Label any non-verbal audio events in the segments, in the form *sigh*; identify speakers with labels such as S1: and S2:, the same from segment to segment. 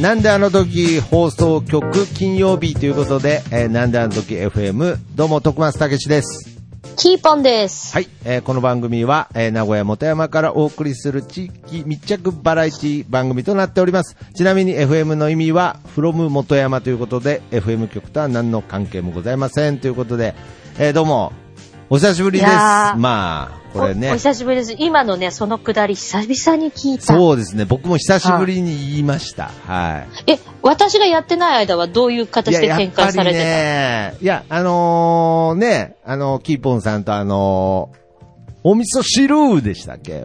S1: なんであの時放送局金曜日ということで、えーなんであの時 FM、どうも徳松たけしです。
S2: キーポンです。
S1: はい、えーこの番組は、えー名古屋元山からお送りする地域密着バラエティ番組となっております。ちなみに FM の意味は、from 元山ということで、FM 局とは何の関係もございませんということで、えーどうも、お久しぶりです。
S2: いやー
S1: まあ、これ
S2: お。
S1: ね
S2: お。久しぶりです。今のね、そのくだり、久々に聞いた。
S1: そうですね。僕も久しぶりに言いました。はい。
S2: え、私がやってない間はどういう形で展開されて
S1: いや、
S2: た
S1: やっぱりね、いや、あのー、ね、あのー、キーポンさんとあのー、お味噌汁でしたっけ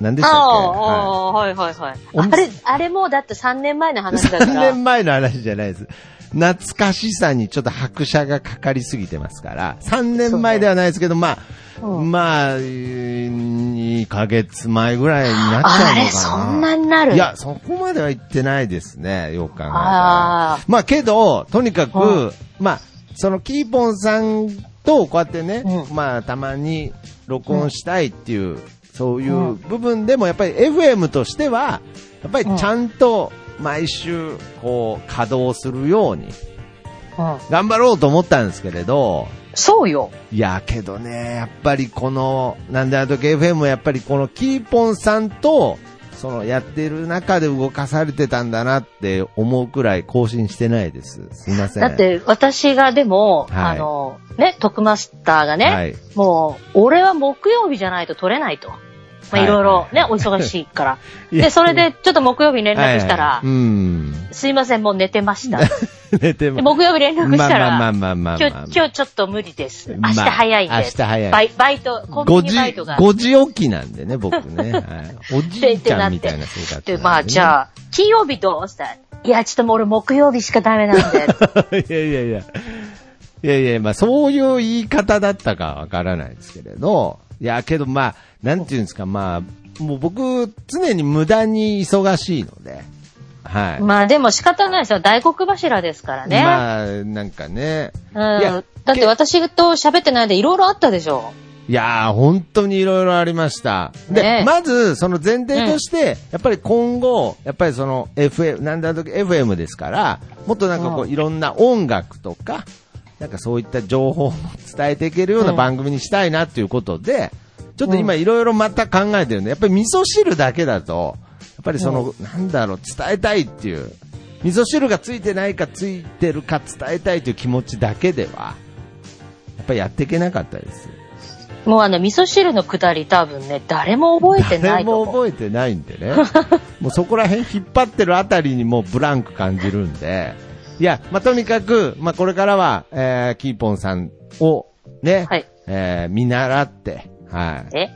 S1: 何でしたっけ、は
S2: ああー、はい、はいはい
S1: お
S2: はい
S1: 店
S2: あれ、あれもうだって3年前の
S1: い、
S2: 話だか
S1: 3
S2: ら。
S1: 年前の話じゃないです。懐かしさにちょっと拍車がかかりすぎてますから、3年前ではないですけど、まあ、
S2: う
S1: まあ、2ヶ月前ぐらいになっちゃうの
S2: あ
S1: かな。
S2: れ、そんなになる
S1: いや、そこまでは行ってないですね、よく考えたら。
S2: あー
S1: まあけど、とにかく、
S2: は
S1: まあ、そのキーポンさんとこうやってね、
S2: う
S1: まあたまに録音したいっていう、そういう部分でも、やっぱり FM としては、やっぱりちゃんと毎週、こう、稼働するように、
S2: うん
S1: 頑張ろうと思ったんですけれど、
S2: そうよ。
S1: いや、けどね、やっぱりこの、なんであの時 FM はやっぱりこのキーポンさんと、そのやってる中で動かされてたんだなって思うくらい更新してないです。すいません。
S2: だって、私がでも、
S1: はい
S2: あの、ね、徳マスターがね、
S1: はい
S2: もう、俺は木曜日じゃないと取れないと。ま
S1: はい
S2: あ、いろいろね、お忙しいから。
S1: *laughs* いや
S2: で、それで、ちょっと木曜日に連
S1: はい
S2: 絡したら
S1: う、ん。 *laughs*
S2: すいません、もう寝てました。
S1: 寝て
S2: で
S1: ま
S2: 木曜日連絡したら、
S1: まあまあまあまあまあまあ
S2: 今日、今日ちょっと無理です。明
S1: まあ
S2: 日早いんで。
S1: 明日早い
S2: バイバイト、コン
S1: 5
S2: ビ
S1: 時
S2: ニバイトが。、
S1: 5時起きなんでね、僕ね。
S2: *laughs*
S1: はい、おじいちゃんみたいな生活なんで、
S2: で、まあ、じゃ
S1: あ。
S2: あ、金曜日どうしたらいや、ちょっともう俺木曜日しかダメなんで。
S1: *laughs* *laughs* いやいやいや。いやいや、まあ、そういう言い方だったかわからないですけれど、いや、けどまあ、なんていうんですか、まあ、もう僕、常に無駄に忙しいので、はい。
S2: まあでも仕方ないですよ。大黒柱ですからね。
S1: まあ、なんかね。い
S2: うん
S1: や。
S2: だって私と喋ってないでいろいろあったでしょ。
S1: いやー、本当にいろいろありました。で、
S2: ねえ
S1: まず、その前提として、やっぱり今後、やっぱりその FM、なんだとき FM ですから、もっとなんかこう、
S2: うん
S1: いろんな音楽とか、なんかそういった情報も伝えていけるような
S2: うん
S1: 番組にしたいなっていうことで、ちょっと今
S2: う
S1: いろいろまた考えてるんで、やっぱり味噌汁だけだと、やっぱりその、なんだろう、伝えたいっていう、味噌汁がついてないかついてるか伝えたいという気持ちだけでは、やっぱりやっていけなかったです。
S2: もうあの、味噌汁のくだり多分ね、誰も覚えてな
S1: 誰
S2: いと
S1: も
S2: 思う。
S1: 覚えてないんで
S2: *laughs*
S1: ね。もうそこら辺引っ張ってるあたりにもうブランク感じるんで。いや、まあ、とにかく、まあ、これからは、えー、キーポンさんを、ね、
S2: はい
S1: えー、見習って、はい。
S2: え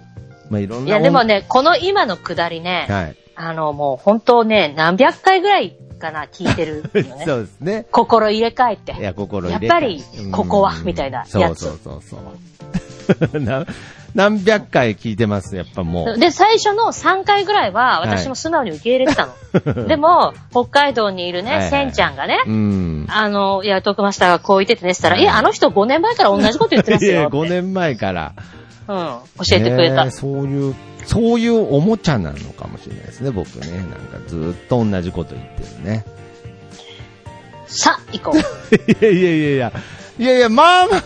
S1: まあ、いろん
S2: い
S1: な。
S2: や、でも、ね、この今のくだりね、
S1: はい。 *laughs*
S2: あの、もう本当ね、何百回ぐらいかな、聞いてるよね。
S1: *laughs* そうですね。
S2: 心入れ替えて。
S1: いや、心入れ
S2: やっぱり
S1: うん、
S2: ここは、みたいなやつ。
S1: そうそうそう *laughs* そう。な何百回聞いてます、やっぱもう。
S2: で、最初の3回ぐらいは、
S1: はい
S2: 私も素直に受け入れてた
S1: *laughs*
S2: の。でも、北海道にいる
S1: はいはい
S2: ね、せんちゃんがね、
S1: うん。
S2: あの、いや、徳マスターがこう言っててね、したら、いや、あの人5年前から同じこと言ってま
S1: い
S2: すよ。
S1: や、
S2: って
S1: 5年前から。
S2: うん、教えてくれた。
S1: ねえそういう、そういうおもちゃなのかもしれないですね、僕ね。なんかずっと同じこと言ってるね。
S2: さあ、行こう。
S1: いやいやいやいや、いやいや、まあまあ、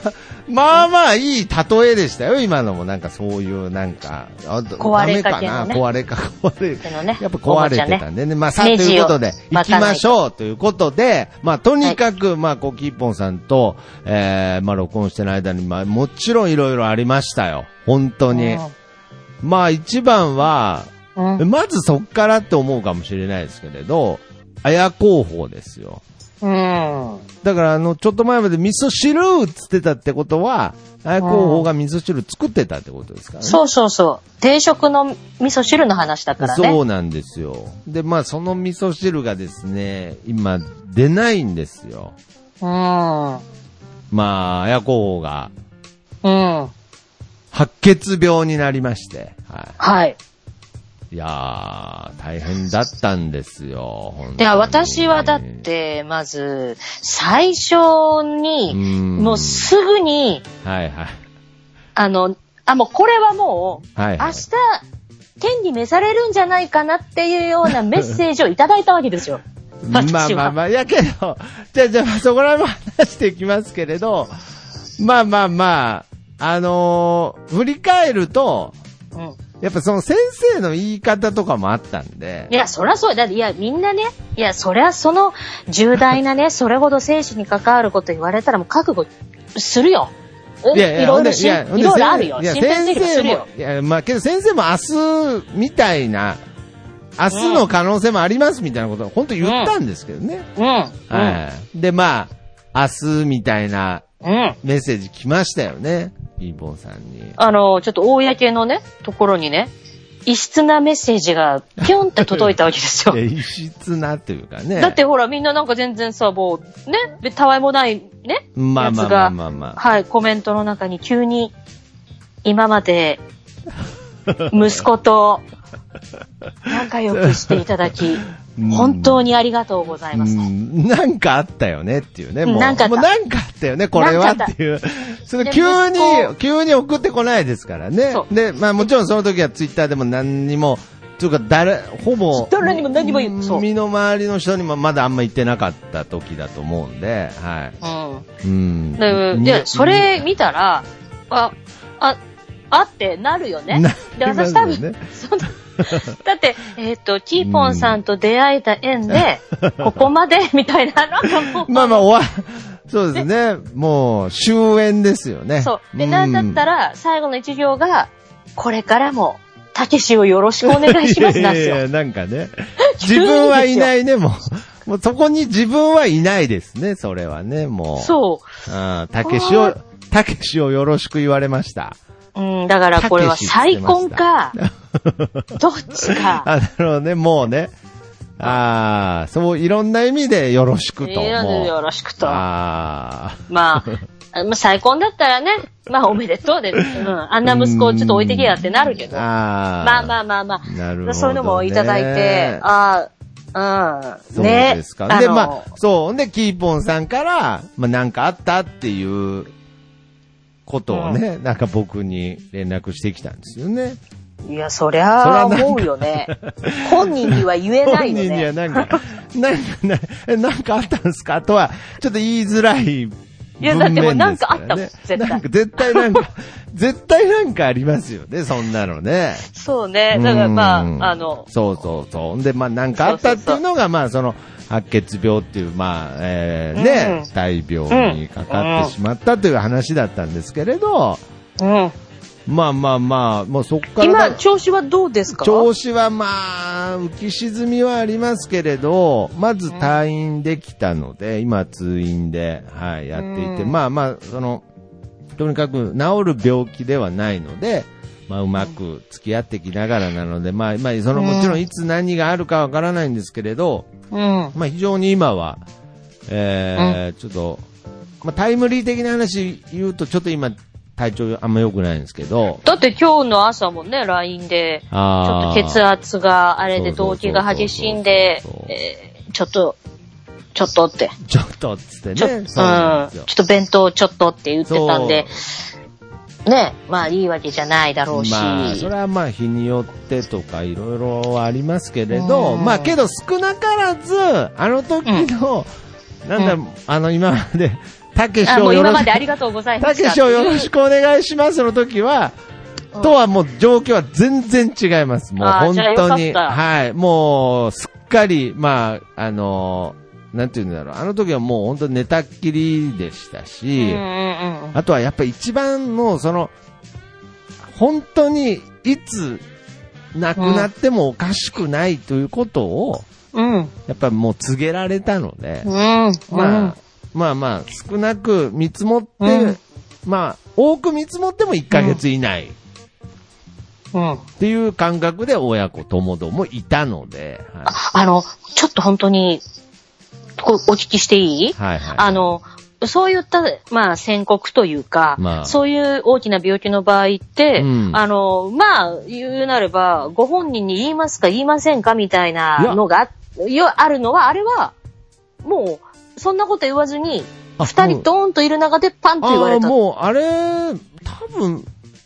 S1: まあまあいい例えでしたよ、今のもなんかそういうなんか、あど
S2: 壊れかけ
S1: ダ
S2: のね
S1: メかな、壊れか、壊れ
S2: けどね
S1: やっぱ壊れてたんでね。まあさあ、と
S2: ネジを
S1: いうことで、行
S2: 巻
S1: き
S2: かない
S1: ま
S2: と
S1: しょうということで、まあとにかく、まあこう、キーポンさんと、えー、まあ録音してる間に、まあもちろんいろいろありましたよ。本当に。まあ一番は、
S2: うんうん
S1: まずそっからって思うかもしれないですけれど、綾候補ですよ。
S2: うん。
S1: だからあの、ちょっと前まで味噌汁っつってたってことは、綾候補が味噌汁作ってたってことですからね。
S2: そうそうそう。定食の味噌汁の話だからね。
S1: そうなんですよ。で、まあその味噌汁がですね、今出ないんですよ。
S2: うん。
S1: まあ、親孝行が
S2: うん。
S1: 白血病になりまして、は
S2: はい。
S1: い。いやー、大変だったんですよ、本当に
S2: いや、私はだっ、て、まず、最初
S1: う
S2: に、
S1: ん
S2: もうすぐに、
S1: はいはい。
S2: あの、あ、もうこれはもう、
S1: はい、
S2: 明
S1: はい。。
S2: 日、天に召されるんじゃないかなっていうようなメッセージをいただいたわけですよ私
S1: まあ
S2: は。
S1: まあまあ、やけど、じゃあじゃあまあそこら辺も話していきますけれど、まあまあまあ、あのー振り返ると、
S2: うん。
S1: やっぱその先生の言い方とかもあったんで
S2: い、や、そりゃそうだって。いや、みんなね、いや、そりゃその重大な
S1: *laughs*
S2: ね、それほど生死に関わること言われたらもう覚悟するよ。うんいろ
S1: ほ
S2: い
S1: ん
S2: ろ
S1: で
S2: しん、い
S1: ほんで
S2: ろいろあるよ。
S1: いや
S2: 身辺整理す
S1: 先生
S2: る
S1: も
S2: よ。、
S1: いや、まあけど先生も明日みたいな、明日の可能性もありますみたいなことを本当言ったんですけどね。
S2: うん。
S1: はい。で、まあ、明日みたいな
S2: うん。うん。
S1: メッセージ来ましたよね。ピーボンさんに。
S2: あの、ちょっと公のね、ところにね、異質なメッセージがぴょんって届いたわけですよ
S1: *laughs* い。や異質なというかね。
S2: だってほら、みんななんか全然さ、もう、ね、でたわいもないね、
S1: まあまあまあまあまあ。
S2: はい、コメントの中に急に、今まで、
S1: *laughs*
S2: 息子と仲良くしていただき
S1: うん、
S2: 本当にありがとうございます。
S1: うんなんかあったよねっていうね。もう
S2: うんなんかあった
S1: もうなんかあったよね、これは
S2: なんかあった
S1: っていう。その
S2: で
S1: 急に
S2: 息、
S1: 急に送ってこないですからね
S2: そ。う
S1: で、まあもちろんその時はツイッターでも何にも、というか誰、ほぼ、
S2: 誰にも何にも言う
S1: うん
S2: そう
S1: 身の回りの人にもまだあんま言ってなかった時だと思うんで、はい。
S2: うん。
S1: うん。
S2: で、でそれ見たら、あ、あ、あってなるよね
S1: な。
S2: で、
S1: ります
S2: 私
S1: よ
S2: 多
S1: ね
S2: 分、そんなだって、えっ、と、キーポンさんと出会えた縁で、ここまで、 *laughs* みたいな、なんかも
S1: *laughs*
S2: う、
S1: まあ
S2: *laughs*
S1: まあ、終わ、そうですね。もう、終焉ですよね。
S2: そう。で、なんだった
S1: ら、
S2: ら、最後の一行が、これからも、たけしをよろしくお願いしますなんです
S1: いや
S2: よ。
S1: いやなんか
S2: *laughs*
S1: ね。自分はいないね、もう。もうそこに自分はいないですね、それはね、もう。
S2: そ
S1: うん。たけしを、たけしをよろしく言われました。
S2: う。うん、だからこれは再婚
S1: *laughs*
S2: か、どっちか。
S1: あなるほどね、もうね。ああ、そう、いろんな意味でよろしくと。
S2: いや
S1: もう
S2: よろしくと。ま
S1: あ
S2: あ、あまあ再婚だったらね、まあおめでとうで、うん、あんな息子をちょっと置いてきやってなるけ
S1: あ。
S2: ど。ま
S1: ああ。
S2: あまあまあまあ。
S1: なるほどね
S2: そういうのもいただいて、ああ、う
S1: そ
S2: ん。
S1: う
S2: ね。
S1: ですか。で、
S2: の
S1: まあ、そう。で、キーポンさんから、まあ、なんかあったっていうことをね、なんか僕に連絡してきたんですよね。
S2: いや、そ
S1: そ
S2: り
S1: り
S2: ゃ
S1: ゃ
S2: あ
S1: なんか
S2: 思うよ
S1: *laughs*
S2: ね。本人には言えな
S1: 本
S2: いよね。
S1: 人にはなん
S2: *laughs*
S1: か、なんか、えなんかあったんですかとは、ちょっと言いづらい、
S2: いやだってもうなんかあったも
S1: 文
S2: ん
S1: 面です
S2: 絶
S1: からね
S2: 対
S1: なんか絶対なんか、絶対なんかありますよね、そんなのね。
S2: そうね。だからま
S1: うん
S2: あ、あの、
S1: そうそうそう。んで、まあ、なんかあったっていうのが、まあ、その、白血病っていう、まあ、えーね、
S2: うん
S1: 大病にかかってしまったという話だったんですけれど、
S2: うん。
S1: まあまあまあ、もうそこからだ
S2: 今、調子はどうですか
S1: 調子はまあ、浮き沈みはありますけれど、まず退院できたので、今通院で、はい、やっていて、
S2: うん
S1: まあまあ、その、とにかく治る病気ではないので、まあ、うまく付き合ってきながらなので、まあ、まあ、その、
S2: うん
S1: もちろんいつ何があるかわからないんですけれど、
S2: うん。
S1: まあ、非常に今は、えーちょっと、まあ、タイムリー的な話言うと、ちょっと今、体調あんま良くないんですけど、
S2: だって今日の朝もね、LINE で、ちょ
S1: あ
S2: っ
S1: ー
S2: と血圧があれ
S1: そう
S2: で
S1: そう
S2: 動
S1: そうそう
S2: 悸が激しいんで
S1: そうそう、
S2: えーちょっと、ちょっとって。
S1: ちょっとっつってね。
S2: ちょ,、うん、ち
S1: そう
S2: ょ
S1: なん
S2: っ
S1: ですよ
S2: と弁当ちょっとって言ってたんで
S1: そ、
S2: ね、まあいいわけじゃないだろうし。
S1: まあ、それはまあ日によってとかいろいろはありますけれど、
S2: うん
S1: まあけど少なからず、あの時の、なんだ、
S2: う
S1: あの今ま
S2: *laughs*
S1: で、たけし
S2: あも
S1: を *laughs*
S2: う
S1: よ
S2: 今
S1: ろ
S2: ま
S1: し
S2: で
S1: く、
S2: ありがとうございま
S1: た
S2: した。
S1: けしをよろしくお願いしますの時は、
S2: うん
S1: とはもう状況は全然違います。もう
S2: あー
S1: 本当
S2: じゃあ
S1: に。
S2: よかった
S1: はい。もう、すっかり、まあ、あのーなんて言うんだろう。あの時はもう本当寝たっきりでした
S2: うん
S1: し、
S2: うんうん。
S1: あとはやっぱ一番の、その、本当にいつ亡くなってもおかしくないということを、
S2: うん。
S1: やっぱもう告げられたので、
S2: うん。
S1: まあ、まあまあ、少なく見積もって、
S2: うん
S1: まあ、多く見積もっても1ヶ月以内っ
S2: うん。
S1: ていう感覚で親子ともどもいたので、はい
S2: ああの、ちょっと本当に、おお聞きしていい、
S1: はいはい
S2: あの、そういった、まあ、宣告というか、
S1: まあ
S2: そういう大きな病気の場合って、
S1: うん
S2: あの、まあ、言うなれば、ご本人に言いますか言いませんかみたい
S1: いや
S2: なのが、よあるのは、あれは、もう、そんなこと言わずに、
S1: あ
S2: 二
S1: も
S2: 人
S1: う
S2: ドーンといる中でパンと言わ
S1: あ
S2: れ
S1: あ、
S2: た。
S1: もう、あれ、多分、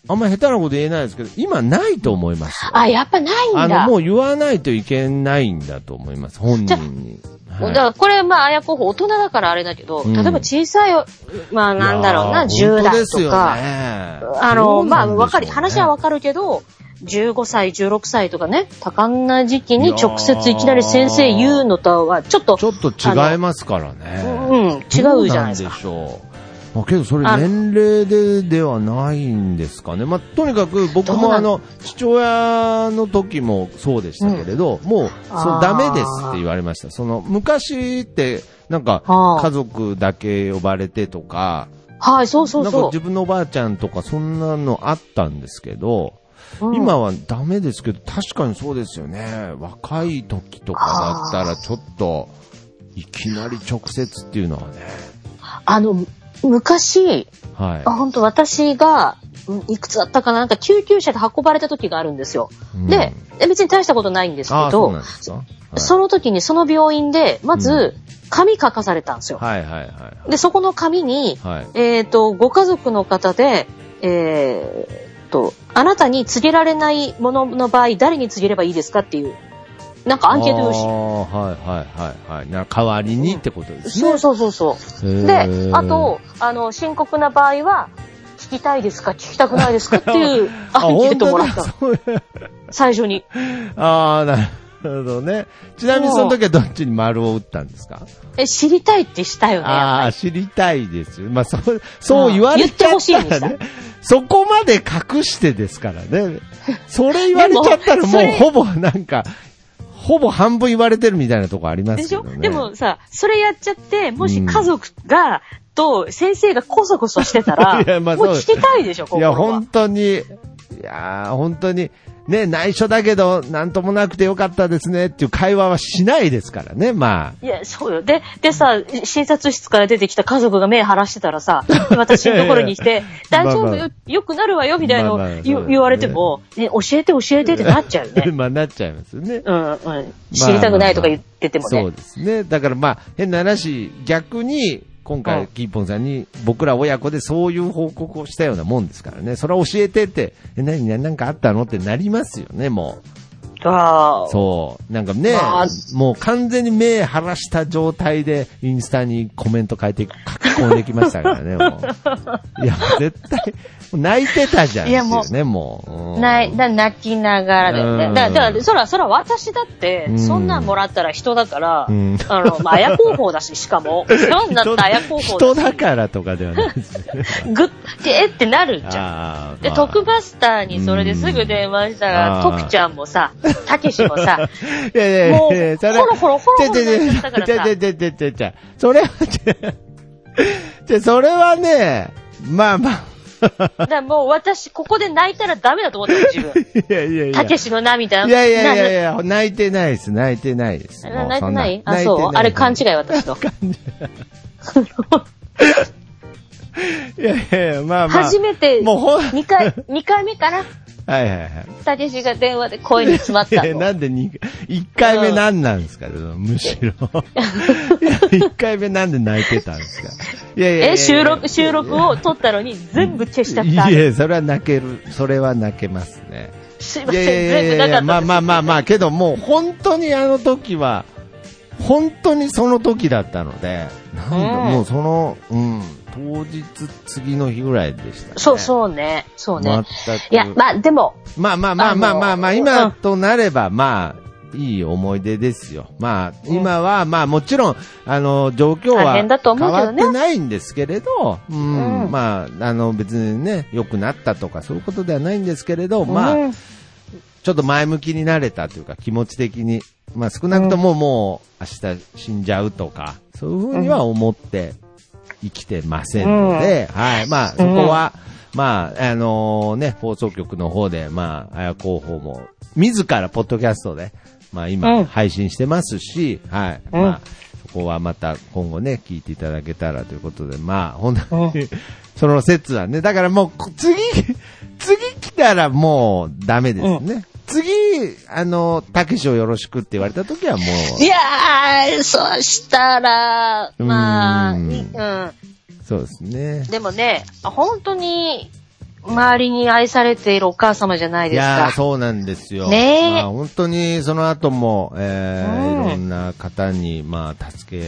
S1: あんま下手なこと言えないですけど、今ないと思いますよ。
S2: あ、やっぱないんだ。
S1: あの、もう言わないといけないんだと思います、本人に。はい
S2: だからこれ、まあ、あや候補、大人だからあれだけど、
S1: うん
S2: 例えば小さい、まあ、なんだろう
S1: いや
S2: な、
S1: ー
S2: 10
S1: 本当
S2: 代
S1: です
S2: と
S1: よ
S2: か、
S1: ね
S2: あの、まあ、
S1: どうなん
S2: わ
S1: でしょ
S2: か
S1: うね
S2: る、話はわかるけど、15歳、16歳とかね、多感な時期に直接いきなり先生言うのとは、ちょっと、
S1: ちょっと違いますからね。
S2: うん、違うじ
S1: ど
S2: ゃないです
S1: ん
S2: か。
S1: でしょう。あけどそれ
S2: あ
S1: 年齢でではないんですかね。まあ、とにかく僕
S2: どう
S1: も
S2: な
S1: あ
S2: ん
S1: の、父親の時もそうでしたけれど、もう、そう
S2: あー
S1: ダメですって言われました。その、昔って、なんか、
S2: あー
S1: 家族だけ呼ばれてとか、
S2: はい、そうそう
S1: なんか
S2: そ
S1: 自分のおばあちゃんとかそんなのあったんですけど、
S2: う。うん、
S1: 今はダメですけど、確かにそうですよね。若い時とかだったら、ちょっと、いきなり直接っていうのはね。
S2: あの、昔、
S1: はい
S2: あ。本当私が、うんいくつだったかな、なんか救急車で運ばれた時があるんですよ。
S1: うん
S2: で、え別に大したことないんですけ
S1: ああ、そうなんで、
S2: ど
S1: すか。はい
S2: その時にその病院で、まず、紙書かされたんですよ。
S1: はいはいは
S2: で、そこの紙に、
S1: い。はい。
S2: えっ、と、ご家族の方で、えっ、と、あなたに告げられないものの場合、誰に告げればいいですかっていう、なんかアンケート用
S1: あ
S2: 紙。
S1: あ、はいはいはいはい。な代わりにってことですね。
S2: そうそうそうそう。
S1: へ
S2: で
S1: ー、
S2: あ、と、あの、深刻な場合は、聞きたいですか聞きたくないですかっていうアンケートもらったの。
S1: 本当だ
S2: 最初に。
S1: *laughs* ああ、なるほどね。ちなみにその時はどっちに丸を打ったんですか
S2: え、知りたいってした *laughs* よね。
S1: ああ、知りたいですよ。まあ、そう、そう言われちゃっ
S2: 言ってほ
S1: た
S2: しい
S1: ら
S2: ん
S1: ね
S2: で。
S1: そこまで隠してですから
S2: *laughs*
S1: ね。それ言われちゃったら
S2: でも
S1: も
S2: そうれ
S1: ほぼなんか、ほぼ半分言われてるみたいなとこありま
S2: ですし
S1: け
S2: ょ
S1: どね。
S2: でもさ、それやっちゃって、も
S1: う
S2: し
S1: ん
S2: 家族が、と先生がこそこそしてたら
S1: *laughs* いやまあ、
S2: もう
S1: そう
S2: 聞きたいでし
S1: い
S2: ょ、心
S1: や、
S2: は。
S1: 本当に、いやー本当に、ね、内緒だけど、なんともなくてよかったですねっていう会話はしないですからね、ま
S2: いや、そうよ。で、でさ、診察室から出てきた家族が目晴らしてたら
S1: *laughs*
S2: さ、私のところに来て、
S1: いや
S2: 大丈
S1: まあま
S2: 夫
S1: あ
S2: よ、良くなるわよ、みたいなの
S1: まあまあそうだよ
S2: 言
S1: ね
S2: 言われても、ね、教えて教えてってなっちゃうよ
S1: あ。*laughs* 。
S2: ね
S1: まあ、なっちゃいますよね。
S2: うん、うん。知りたくないとか言ってても
S1: そう
S2: ね。
S1: ですね。だからまあ、変な話、逆に、今
S2: うん
S1: 回、キーポンさんに、僕ら親子でそういう報告をしたようなもんですからね。それは教えてって、え、何、何、なんかあったのってなりますよね、もう。
S2: ああ。
S1: そう。なんかね、
S2: まあ
S1: もう完全に目晴らした状態で、インスタにコメント書いて、書き込んできましたからね、も
S2: *laughs*
S1: う。いや、絶対、泣いてたじゃん、
S2: いやもう
S1: ってね、もう。うん
S2: ない、だ泣きながらだよね
S1: う。ん
S2: だから、だからそら、そら私だって
S1: う、ん
S2: そんなんもらったら人だから、
S1: うん
S2: あの、まあ、綾候補だし、しか
S1: *laughs*
S2: も。そんなんだったら綾候補
S1: 人
S2: だ
S1: だ
S2: し、
S1: からとかではないですね。
S2: ぐって、えってなる *laughs* じゃん。
S1: あー
S2: で、
S1: まあ
S2: トクバスターにそれですぐ電話したら、
S1: うんあー
S2: トクちゃんもさ、たけしも
S1: *laughs*
S2: さ、
S1: いやいやいや
S2: もう
S1: いやそれ
S2: ほろほろほろほろ
S1: ちょ
S2: なっちゃったからさ
S1: ちょちょちょちょちょちょそれは、じゃそれはね、まあまあ、
S2: だからもう私、ここで泣いたらダメだと思ったの、自分。
S1: いやいやいや。
S2: たけしの涙。
S1: いやいやいやい
S2: な
S1: や、泣いてないです、泣いてないです。
S2: な
S1: もう
S2: 泣いてない
S1: そん
S2: あ、そうあれ勘違い、
S1: い
S2: 私の。
S1: いやいやいや、まあまあ。
S2: 初めて、
S1: もうほん、はい
S2: 2回、二回目かな
S1: はいはい。
S2: たけしが電話で声に詰まっ
S1: い
S2: た
S1: *laughs* や、な
S2: の。
S1: んでに、1回目なんなんですか、むしろ。いや、1回目なんで泣いてたんですか。いやいやいやいや
S2: え、収録、収録を撮ったのに全部消しちゃった
S1: い。や、それは泣ける、それは泣けますね。
S2: すいま
S1: いやい
S2: せん、
S1: やい
S2: 全
S1: や
S2: 部
S1: い
S2: なか
S1: や、
S2: った
S1: まあ
S2: です。
S1: まあまあまあ、けどもう本当にあの時は、本当にその時だったので、なんだ、
S2: うん
S1: もうその、うん、当日、次の日ぐらいでした、ね。
S2: そうそうね。そうね。
S1: 全く。
S2: いや、まあでも、
S1: まあまあまあまあまあまあ、
S2: あの
S1: 今
S2: うん
S1: となれば、まあ、いい思い出ですよ。まあ、今は、まあもちろん、あの、状況は変
S2: 大変
S1: わ
S2: だと思うけど
S1: っ
S2: ね
S1: てないんですけれど、うん、
S2: うん
S1: まあ、あの、別にね、良くなったとかそういうことではないんですけれど、まあ、
S2: うん
S1: ちょっと前向きになれたというか、気持ち的に、まあ少なくとももう明日死んじゃうとか、そういうふうには思って生きてませんので、はい、まあそこは、まあ、あのね、放送局の方で、まあ、あや広報も、自らポッドキャストで、まあ今
S2: うん
S1: 配信してますし、はい、まあ、そこはまた今後ね、聞いていただけたらということで、まあ、本当 *laughs* に、その説はね、だからもう、こ次、次来たらもうダメですね。次、あの、たけしをよろしくって言われた時はも
S2: いやー、そしたら、まあ、
S1: う
S2: うんん,、
S1: う、そうですね。
S2: でもね、本当に、周りに愛されているお母様じゃない
S1: い
S2: です
S1: やー、
S2: か。
S1: そうなんですよ。
S2: ねえ
S1: まあ、本当にその後も、えー
S2: うん
S1: いろんな方に、まあ、助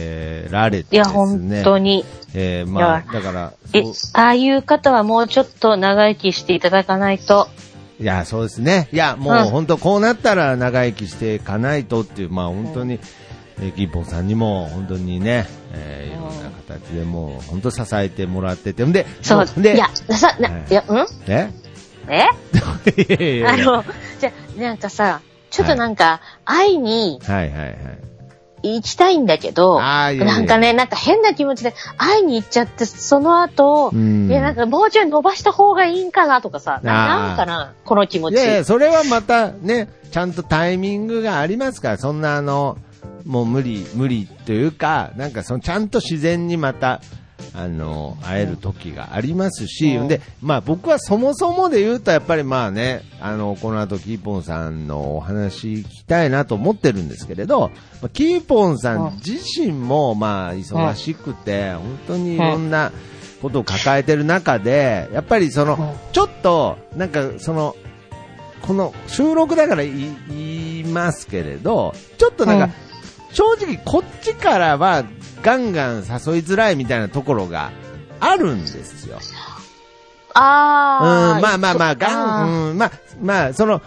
S1: けられて
S2: い
S1: で
S2: や、
S1: すね。
S2: 本当に。
S1: えーまあ、
S2: い
S1: だから、
S2: え
S1: そう、
S2: ああいう方はもうちょっと長生きしていただかないと。
S1: いや、そうですね。いや、もう
S2: うん
S1: 本当こうなったら長生きしていかないとっていう、まあ本当に、えー、ギッポンさんにも本当にね、えーいろんな形でもう本当支えてもらってて、んで、
S2: そう。
S1: で、
S2: いや、なさ、な、
S1: はい
S2: いや、うん
S1: え *laughs*
S2: え
S1: いやいや
S2: あ
S1: いや
S2: の、じゃ、なんかさ、ちょっとなんか、会いに
S1: はいはいはい。
S2: 行きたいんだけど、
S1: あーいやいや
S2: なんかね、なんか変な気持ちで会いに行っちゃって、その後、
S1: うん
S2: いや、なんかもうちょい伸ばした方がいいんかなとかさ、ななんかな、この気持
S1: い
S2: ち。
S1: やいや、それはまたね、ちゃんとタイミングがありますから、そんなあの、もう無理、無理というか、なんかそのちゃんと自然にまた、あの、会える時がありますし、
S2: うん
S1: で、まあ僕はそもそもで言うと、やっぱりまあね、あの、この後キーポンさんのお話聞きたいなと思ってるんですけれど、まあキーポンさ
S2: うん
S1: ん自身もまあ忙しくて、本当にいろんなことを抱えてる中で、やっぱりその、ちょっと、なんかその、この収録だから言い言いますけれど、ちょっとなん
S2: うん
S1: か、正直こっちからはガンガン誘いづらいみたいなところがあるんですよ。うん、
S2: あー。
S1: まあまあまあ、
S2: そっか
S1: ガン、うん、まあ、まあ、その、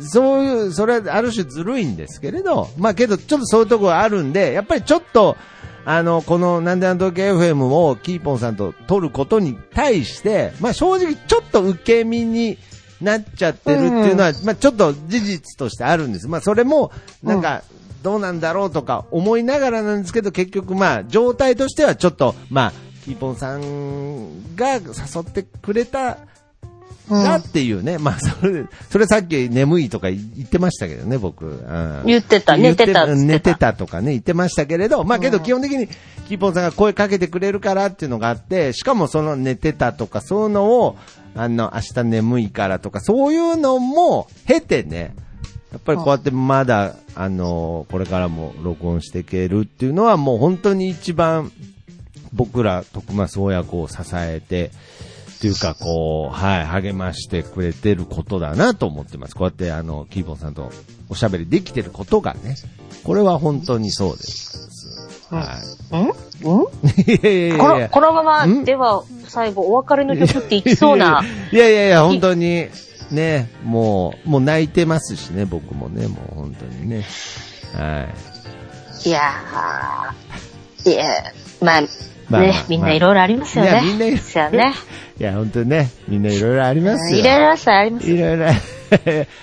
S1: そういう、それはある種ずるいんですけれど、まあけど、ちょっとそういうところがあるんで、やっぱりちょっと、あの、この、なんであの時 FM をキーポンさんと撮ることに対して、まあ正直ちょっと受け身になっちゃってるっていうのは、まあちょっと事実としてあるんです。まあそれも、なんか、どうなんだろうとか思いながらなんですけど、結局まあ状態としてはちょっと、まあ、キーポンさんが誘ってくれた
S2: うん
S1: だっていうね、まあそれ、それさっき眠いとか言ってましたけどね、僕。うん
S2: 言ってた
S1: 言っ
S2: 寝てたっつってた
S1: 寝てたとかね、言ってましたけれど、まあけど基本的にキーポンさんが声かけてくれるからっていうのがあって、しかもその寝てたとか、そういうのを、あの、明日眠いからとか、そういうのも経てね、やっぱりこうやってまだ、あの、これからも録音していけるっていうのはもう本当に一番僕ら徳松親子を支えて、っていうか、こう、はい、励ましてくれてることだなと思ってます。こうやって、あの、キーボンさんとおしゃべりできてることがね、これは本当にそうです。は
S2: んん *laughs* こ
S1: い。いやいやいやい
S2: の、
S1: や。
S2: このま
S1: ん
S2: ま、では、最後、お別れの曲っていきそうな。
S1: いやいやいや、本当に、ね、もう、もう泣いてますしね、僕もね、もう本当にね。はい。
S2: いやー。いや、まあ、
S1: まあ
S2: ね、みんないろいろありますよ
S1: いや
S2: ね。
S1: みんないろいろ
S2: ですよね。
S1: いや、本当にね、みんないろいろありますよ。
S2: いろいろありますよ
S1: いろいろ *laughs*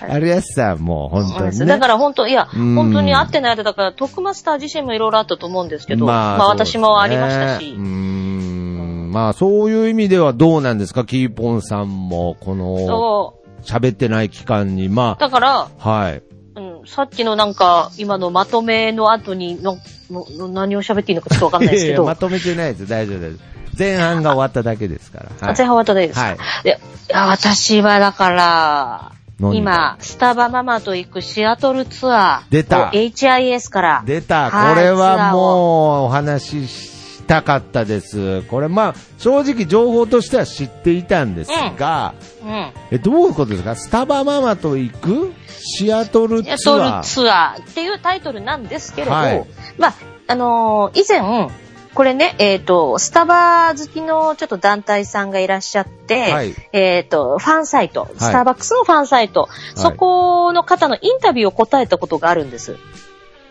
S1: ありやすさ、もう本当にね。
S2: だから本当、いや、
S1: うん
S2: 本当に会ってない間だから、トックマスター自身もいろいろあったと思うんですけど、まあ、
S1: そうです
S2: 私
S1: ね
S2: もありましたし
S1: うー、ん、まあそういう意味ではどうなんですか、キーポンさんも、この、
S2: そう
S1: 喋ってない期間に、ま
S2: だから、
S1: あ、はい。
S2: うん、さっきのなんか、今のまとめの後にの、のの何を喋っていいのかちょっとわかんないですけど、
S1: まとめて *laughs* ないです、大丈夫です。前半が終わっただけですから。はい
S2: 松井ハワタですか、
S1: はい
S2: いや、いや私はだから、
S1: 何
S2: 今、スタバママと行くシアトルツアー。
S1: 出た
S2: HIS から。
S1: 出た、
S2: はい
S1: これ
S2: ツ
S1: は
S2: アーを
S1: もうお話ししたかったです。これまあ、正直情報としては知っていたんですが、
S2: うん。
S1: え、どういうことですかスタバママと行くシアトル
S2: シ
S1: ツ
S2: アト
S1: ア
S2: ル
S1: ー。
S2: ツアーっていうタイトルなんですけれど、
S1: はい
S2: まあ、あのー以前、これね、えっ、と、スタバ好きのちょっと団体さんがいらっしゃって、
S1: はい
S2: えっ、と、ファンサイト、スターバックスのファンサイト、そこの方のインタビューを答えたことがあるんです。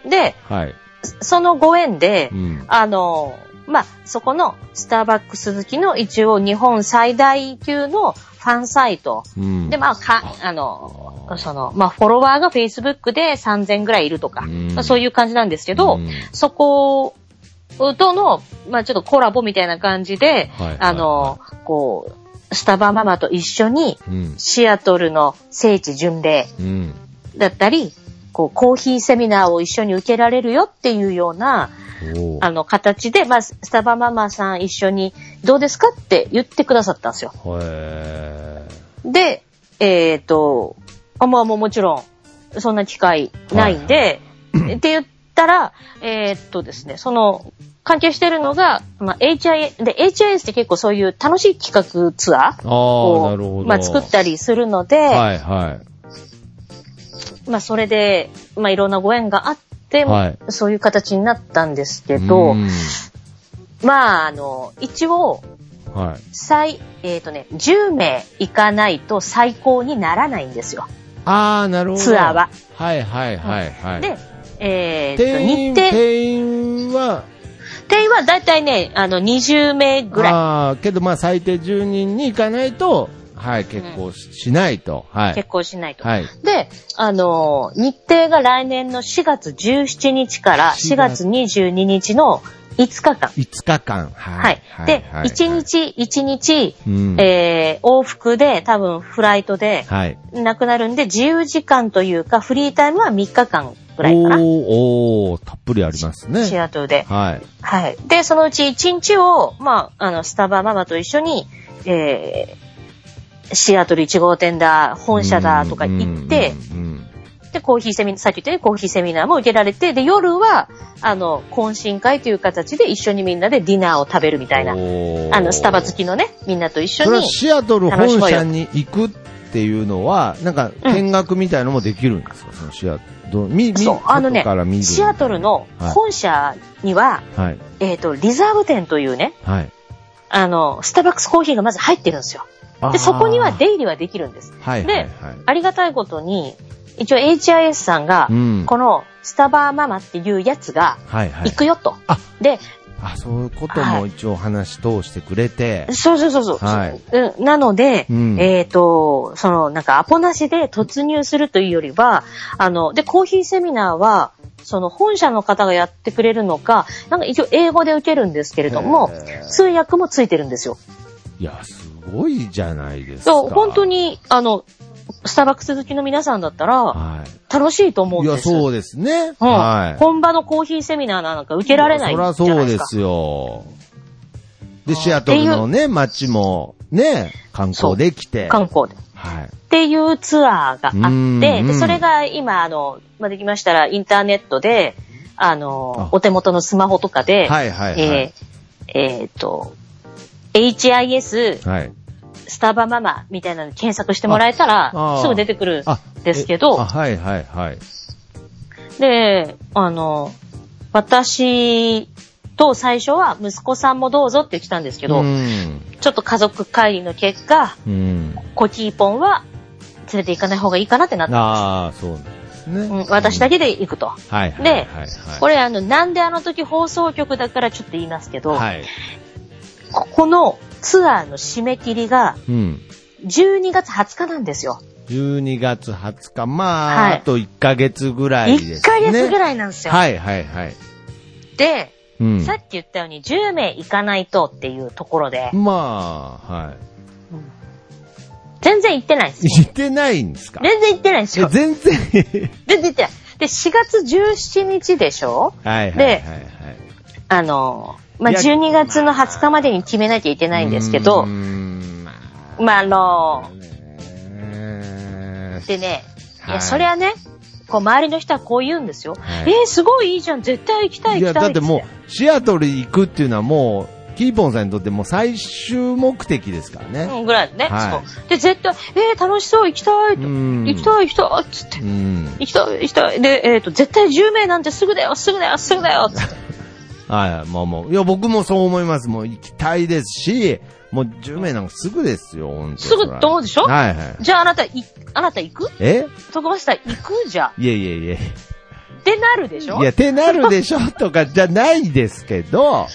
S2: で、
S1: はい。
S2: そのご縁で、
S1: うん。
S2: あの、まあ、そこのスターバックス好きの一応日本最大級のファンサイト。
S1: うん。
S2: で、まあ、か、あの、その、まあ、フォロワーが Facebook で3000ぐらいいるとか、
S1: うん
S2: まあそういう感じなんですけど、
S1: うん
S2: そことの、まあ、ちょっとコラボみたいな感じで、
S1: はいはい
S2: あの、こう、スタバママと一緒に、
S1: うん。
S2: シアトルの聖地巡礼
S1: うん。
S2: だったり、こう、コーヒーセミナーを一緒に受けられるよっていうような、
S1: おー
S2: あの、形で、まあ、スタバママさん一緒にどうですかって言ってくださったんですよ。
S1: へ
S2: で、えっ、と、あ、まあもうもちろん、そんな機会ないんで、 *clears throat* って言ったら、えっ、とですね、その、関係してるのが、まあ、HIS、で、HIS って結構そういう楽しい企画ツア
S1: ー。
S2: ー
S1: ああ、なるほど。
S2: を、まあ、作ったりするので、
S1: はいは
S2: まあ、それで、まあ、いろんなご縁があって、
S1: はい
S2: そういう形になったんですけ
S1: い。う
S2: ど、
S1: ん
S2: まあ、あの、一応、
S1: はい。
S2: 最、えっ、とね、10名行かないと最高にならないんですよ。
S1: ああ、なるほど。
S2: ツアーは。
S1: はいはいはいはい。
S2: で、えっ、と、
S1: 定員、
S2: 日程、
S1: 定員は、
S2: 定員はだいたいね、あの、20名ぐら。
S1: ああ、けどまあ最低10人に行かないと、はい、結構しないと。はいい。
S2: 結婚しないと。
S1: はい。
S2: で、あの、日程が来年の4月17日から4月22日の5日間。
S1: 5日間。は
S2: はい
S1: い。。
S2: で、
S1: はい
S2: 1、日1日、
S1: うん
S2: えー往復で多分フライトで
S1: はい。
S2: なくなるんで、自由時間というか、フリータイムは3日間ぐらいかな。
S1: おーおーたっぷりありますね。
S2: シアトルで。
S1: はい。
S2: はい。で、そのうち1日を、まあ、あの、スタバママと一緒に、えー、シアトル1号店だ、本社だとか行って、
S1: うんうんうん
S2: で、コーヒーセミナー、さっき言ったようにコーヒーセミナーも受けられて、で、夜は、あの、懇親会という形で一緒にみんなでディナーを食べるみたいな、
S1: おー
S2: あの、スタバ好きのね、みんなと一緒
S1: それは
S2: に、
S1: シアトル本社に行くっていうのは、なんか見学みたいのもできるんですか、そのシアトル。み、み、
S2: そう、あのね
S1: 外から見、る
S2: シアトル。の本社には、
S1: はい。
S2: えっ、と、リザーブ店というね、
S1: はい。
S2: あの、スタバックスコーヒーがまず入ってるんですよ。で、そこには出入りはできるんです。
S1: はいはいはい。
S2: ありがたいことに、一応 HIS さんが
S1: う、ん。
S2: このスタバーママっていうやつが、
S1: はいはい
S2: 行。くよと
S1: あ。
S2: で、
S1: あ、そういうことも一応話通してくれて。
S2: そうそうそうそう。
S1: はい
S2: うんなので、
S1: うん
S2: えっ、と、その、なんか、アポなしで突入するというよりは、あの、で、コーヒーセミナーは、その、本社の方がやってくれるのか、なんか一応英語で受けるんですけれども
S1: へ、ー
S2: 通訳もついてるんですよ。
S1: いや、すごいじゃないですか。
S2: そう、本当。に、あの、スタバックス好きの皆さんだったら、
S1: は
S2: 楽しいと思
S1: い。
S2: うん
S1: い
S2: で
S1: や、
S2: す。
S1: そうですね。
S2: うん
S1: はい。
S2: 本場のコーヒーセミナーなんか受けられないじゃないです
S1: そ
S2: か。
S1: りゃそうですよ。で、シアトルのね、街もね、観光できて。
S2: 観光で。っ
S1: はい。
S2: ていうツアーが
S1: う
S2: あ
S1: ん
S2: って、
S1: う
S2: で
S1: ん
S2: それが今、あの、まあ、できましたらインターネットで、あの、
S1: あ
S2: お手元のスマホとかで、
S1: はいはいはい。
S2: えーえーと、HIS
S1: はい。
S2: スタバママみたいなので検索してもらえた
S1: あ
S2: ら
S1: あ、
S2: すぐ出てくる
S1: あ
S2: んですけど
S1: えあ、はいはいはい。
S2: で、あの、私と最初は息子さんもどうぞって来たんですけど、
S1: うん。
S2: ちょっと家族会議の結果、
S1: うん。
S2: コキーポンは連れて行かない方がいいかなってなった。
S1: ああ、そうなんですね。
S2: うん、私だ
S1: け。
S2: けで行くと。
S1: はいはい。
S2: で
S1: はいはい。
S2: これあの、なんであの時放送局だからちょっと言いますけど、
S1: はい。
S2: ここのツアーの締め切りが
S1: うん。
S2: 12月20日なんですよ。
S1: 12月20日、まあ、
S2: はい
S1: あと1ヶ月ぐらいですね。
S2: 1ヶ月ぐ
S1: い
S2: らいなんですよ。
S1: はいはいはい。
S2: で、
S1: うん。
S2: さっき言ったように10名行かないとっていうところで、
S1: まあ、はい。
S2: 全然行ってないんですよ。
S1: 行ってないんですか
S2: 全然行ってないんです
S1: え
S2: よ。
S1: 全然。
S2: 全然行ってない。で、4月17日でしょ
S1: はいはいはいはい
S2: で。あの、ま
S1: い
S2: あ、
S1: や
S2: 12月の20日までに決めなきゃいけないんですけど
S1: うー、ん、ま
S2: まあ、あの
S1: あ、、ね
S2: でね、い
S1: は
S2: や、
S1: い
S2: そりゃね、こう、周りの人はこう言うんですよ。
S1: はい
S2: えー、すごいいいじゃん、絶対行きたい、
S1: い
S2: 行
S1: や、
S2: きた
S1: だ
S2: い
S1: っ
S2: って
S1: てもう、シアトル行くっていうのはもう、キーポンさんにとってもう最終目的ですからね。
S2: うんぐらいのね、
S1: はい
S2: そう。で、絶対、えー、楽しそう、行きたい
S1: う
S2: と、
S1: ん
S2: 行きたい、行きたい、つって
S1: う。ん。
S2: 行きたい、行きたい。で、えっ、と、絶対10名なんてすぐだよ、すぐだよ、すぐだよ、
S1: *laughs*
S2: つって。
S1: はい、まあもう、いや、僕もそう思います。もう行きたいですし、もう10名なんかすぐですよ、本当
S2: すぐと思うでしょ
S1: はいはい。
S2: じゃあ、あなた、い、あなた行く
S1: え
S2: 徳橋さん行くじゃん。
S1: いやいやいや。
S2: ってなるでしょ
S1: いや、てなるでしょとかじゃないですけど、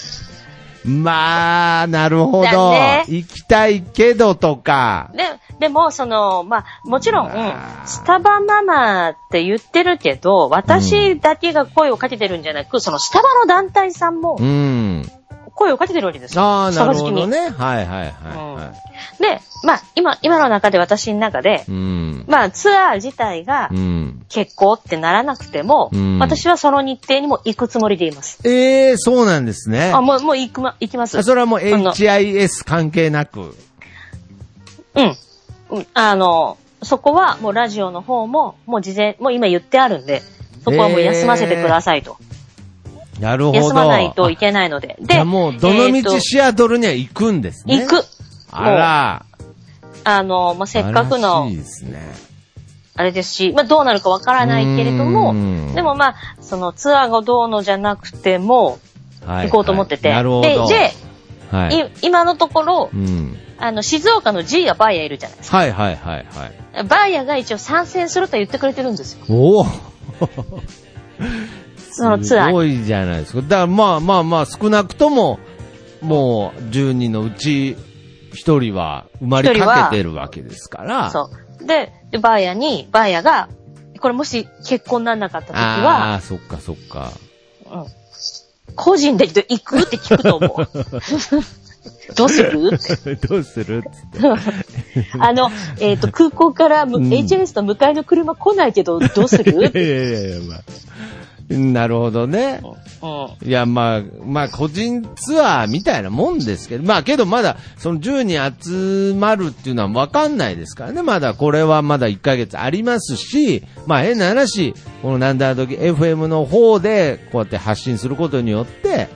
S1: まあ、なるほど。
S2: だね
S1: 行きたいけどとか。
S2: で、でも、その、まあ、もちろん、
S1: あー
S2: スタバママって言ってるけど、私だけが声をかけてるんじゃなく、そのスタバの団体さんも
S1: う、ん。
S2: 声をかけてるわけですよ。
S1: ああ、なるほ
S2: その
S1: ど
S2: 隙に。
S1: ね。はいはいは
S2: で、まあ、今、今の中で私の中で
S1: い。はい。、うん。
S2: まあ、ツアー自体が
S1: うん。
S2: 結構ってならなくても、
S1: うん
S2: 私はその日程にも行くつもりでいます。
S1: ええそうなんですね。
S2: あ、もう、もう行くま、行きます。
S1: あそれはもう
S2: その
S1: HIS 関係なく。
S2: うん。うんあの、そこはもうラジオの方も、もう事前、もう今言ってあるんで、そこはもう休ませてくださいと。
S1: なるほど。
S2: 休まないといけないので。
S1: じゃ
S2: で、
S1: あもう、どの
S2: えー
S1: 道
S2: と
S1: シアトルには行くんですね。
S2: 行く。。
S1: あら。
S2: あの、まあ、せっかく
S1: 素晴らし
S2: の
S1: い、ですね。
S2: あれですし、まあ、どうなるかわからないけれど
S1: う
S2: も
S1: ん、
S2: でもまあ、そのツアーがどうのじゃなくても、
S1: は
S2: 行こうと思ってて。
S1: はいなるほど。
S2: で、
S1: は
S2: で、
S1: い。
S2: い今のところ
S1: う、ん。
S2: あの、静岡の G やバーヤいるじゃないです
S1: はいはいはいはい。
S2: か。バーヤが一応参戦すると言ってくれてるんですよ。
S1: おお
S2: そのツアー
S1: す
S2: に。
S1: ごいじゃないですか。だからまあまあまあ、少なくとも、もう10人のうち1人は埋まりかけてるわけですから。
S2: そう。で、でバーヤに、バーヤが、これもし結婚なんなかった時
S1: あ
S2: は、
S1: あ、そっかそっか。
S2: うん個人で行くって聞くと思う。
S1: *laughs*
S2: どうするって。
S1: どうするっつって。
S2: あの、えっ、と、空港からむ、
S1: うん
S2: HMS の迎えの車来ないけど、どうする
S1: いやいやいや、まあ。なるほどね。
S2: うん。
S1: いや、まあ、まあ、個人ツアーみたいなもんですけど、まあ、けどまだ、その10人集まるっていうのはわかんないですからね、まだ、これはまだ1ヶ月ありますし、まあ、変な話、このなんだ時 FM の方で、こうやって発信することによって、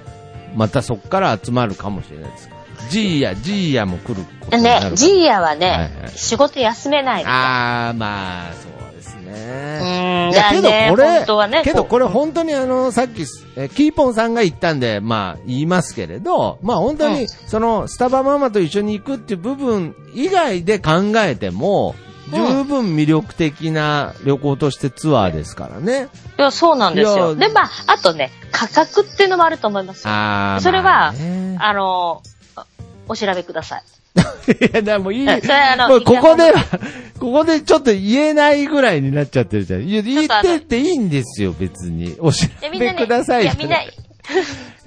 S1: またそこから集まるかもしれないですから。ジーヤ、ジーヤも来ることになるか
S2: ね
S1: ら。、
S2: ジーヤはね、
S1: はいはい
S2: 仕事休めないの。
S1: あー、まあ、そうですね。
S2: うん
S1: いや、けど
S2: だね
S1: これ、
S2: 本当はね
S1: けどこれ
S2: こう
S1: 本当にあの、さっき、えーキーポンさんが言ったんで、まあ言いますけれど、まあ本当
S2: う
S1: に、
S2: ん
S1: その、スタバママと一緒に行くっていう部分以外で考えても、
S2: うん
S1: 十分魅力的な旅行としてツアーですからね。
S2: いや、そうなんですよ。
S1: いや
S2: で、まあ、あとね、価格っていうのもあると思いますよ。
S1: あー
S2: それは
S1: まあね
S2: あの、お調べください。
S1: *laughs* いや、でもいい。
S2: えそれあの
S1: もうここでは、 *laughs* ここでちょっと言えないぐらいになっちゃってるじゃん。いや言
S2: ょっとあ
S1: っ
S2: の
S1: てっていいんですよ、別に。お調
S2: でみん
S1: べ
S2: なね、
S1: ください。
S2: いや、みんな、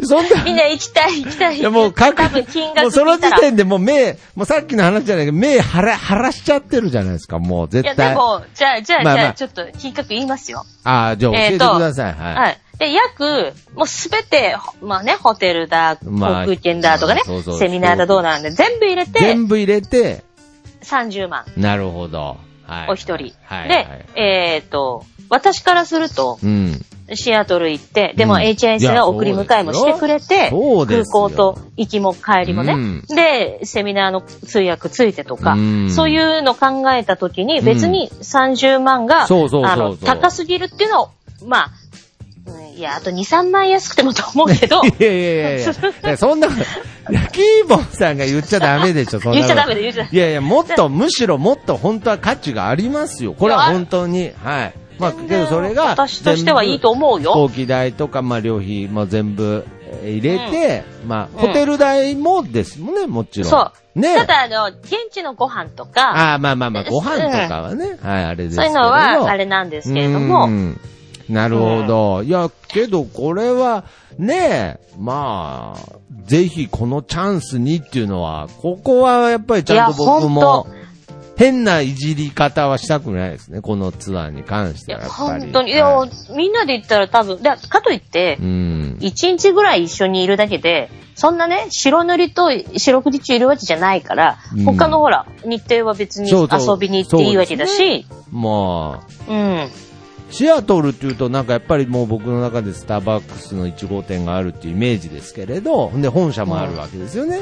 S1: そんな。
S2: みんな行きたい、行きたい。
S1: いや
S2: *laughs*
S1: もう各、
S2: 多分金額
S1: もうその
S2: 聞いた
S1: 時
S2: ら
S1: 点でもう目、もうさっきの話じゃないけど、目はら、はらしちゃってるじゃないですか、もう絶
S2: いや、
S1: 対。
S2: でも、じゃあ、じゃあ、
S1: まあまあ
S2: じゃあ、ちょっと金額言いますよ。
S1: ああ、じゃあ教えてください、はい。
S2: はい。で、約、もうすべて、ほまあね、ホテルだ、
S1: まあ
S2: 航空券だとかね、
S1: そうそう
S2: セミナーだどうなんで、全部入れて、
S1: 全部入れて、
S2: 30万、
S1: なるほど。はい。
S2: お一人。
S1: はい。はい
S2: で、えっ、と、私からすると、
S1: うん。
S2: シアトル行って、で
S1: う
S2: も
S1: ん
S2: HIS が送り迎えもしてくれて、
S1: そうで
S2: 空
S1: すよ
S2: 港と行きも帰りもね、
S1: うん
S2: で、セミナーの通訳ついてとか、
S1: うん
S2: そういうの考えたときに、別に30万が、
S1: そうそうそうそう
S2: あの、高すぎるっていうのは、まあ、うんいや、あと2、3万円安くてもと思う
S1: *laughs*
S2: けど、
S1: いやいやいやいやい
S2: *laughs*
S1: や、そんなこと、いやキーボンさんが言っちゃダメでしょ、そんなこと。
S2: 言っちゃダメだ言っちゃダメ
S1: いやいや、もっと、むしろもっと本当は価値がありますよ。これは本当に。はい。まあ、けどそれが。
S2: 私としてはいいと思う
S1: 飛
S2: よ。
S1: 行機代とか、まあ、旅費も全部えー入れて、まあ、ホテル代もですもんね、もちろん。
S2: そう。
S1: ね。
S2: ただ、あの、現地のご飯とか、
S1: ああ、まあまあまあ、ご飯とかはね、はい、あれです
S2: そ
S1: けれ
S2: ういう
S1: ど
S2: のは、あれなんですけれども、
S1: うんなるほど。いや、けどこれは、ねえ、まあ、ぜひこのチャンスにっていうのは、ここはやっぱりちゃんと僕
S2: いやほ
S1: も、変ないじり方はしたくないですね、このツアーに関し
S2: い
S1: ては
S2: や、
S1: やっぱり。
S2: 本当に。いや、
S1: はい
S2: みんなで行ったら多分、でかといって
S1: う、ん。
S2: 一日ぐらい一緒にいるだけで、そんなね、白塗りと白くじ中いるわけじゃないから、
S1: うん
S2: 他のほら、日程は別に
S1: そうそう
S2: 遊びに行っていいわけだし、
S1: まあ、
S2: うん。
S1: シアトルっていうとなんかやっぱりもう僕の中でスターバックスの1号店があるっていうイメージですけれど、で本社もあるわけですよね。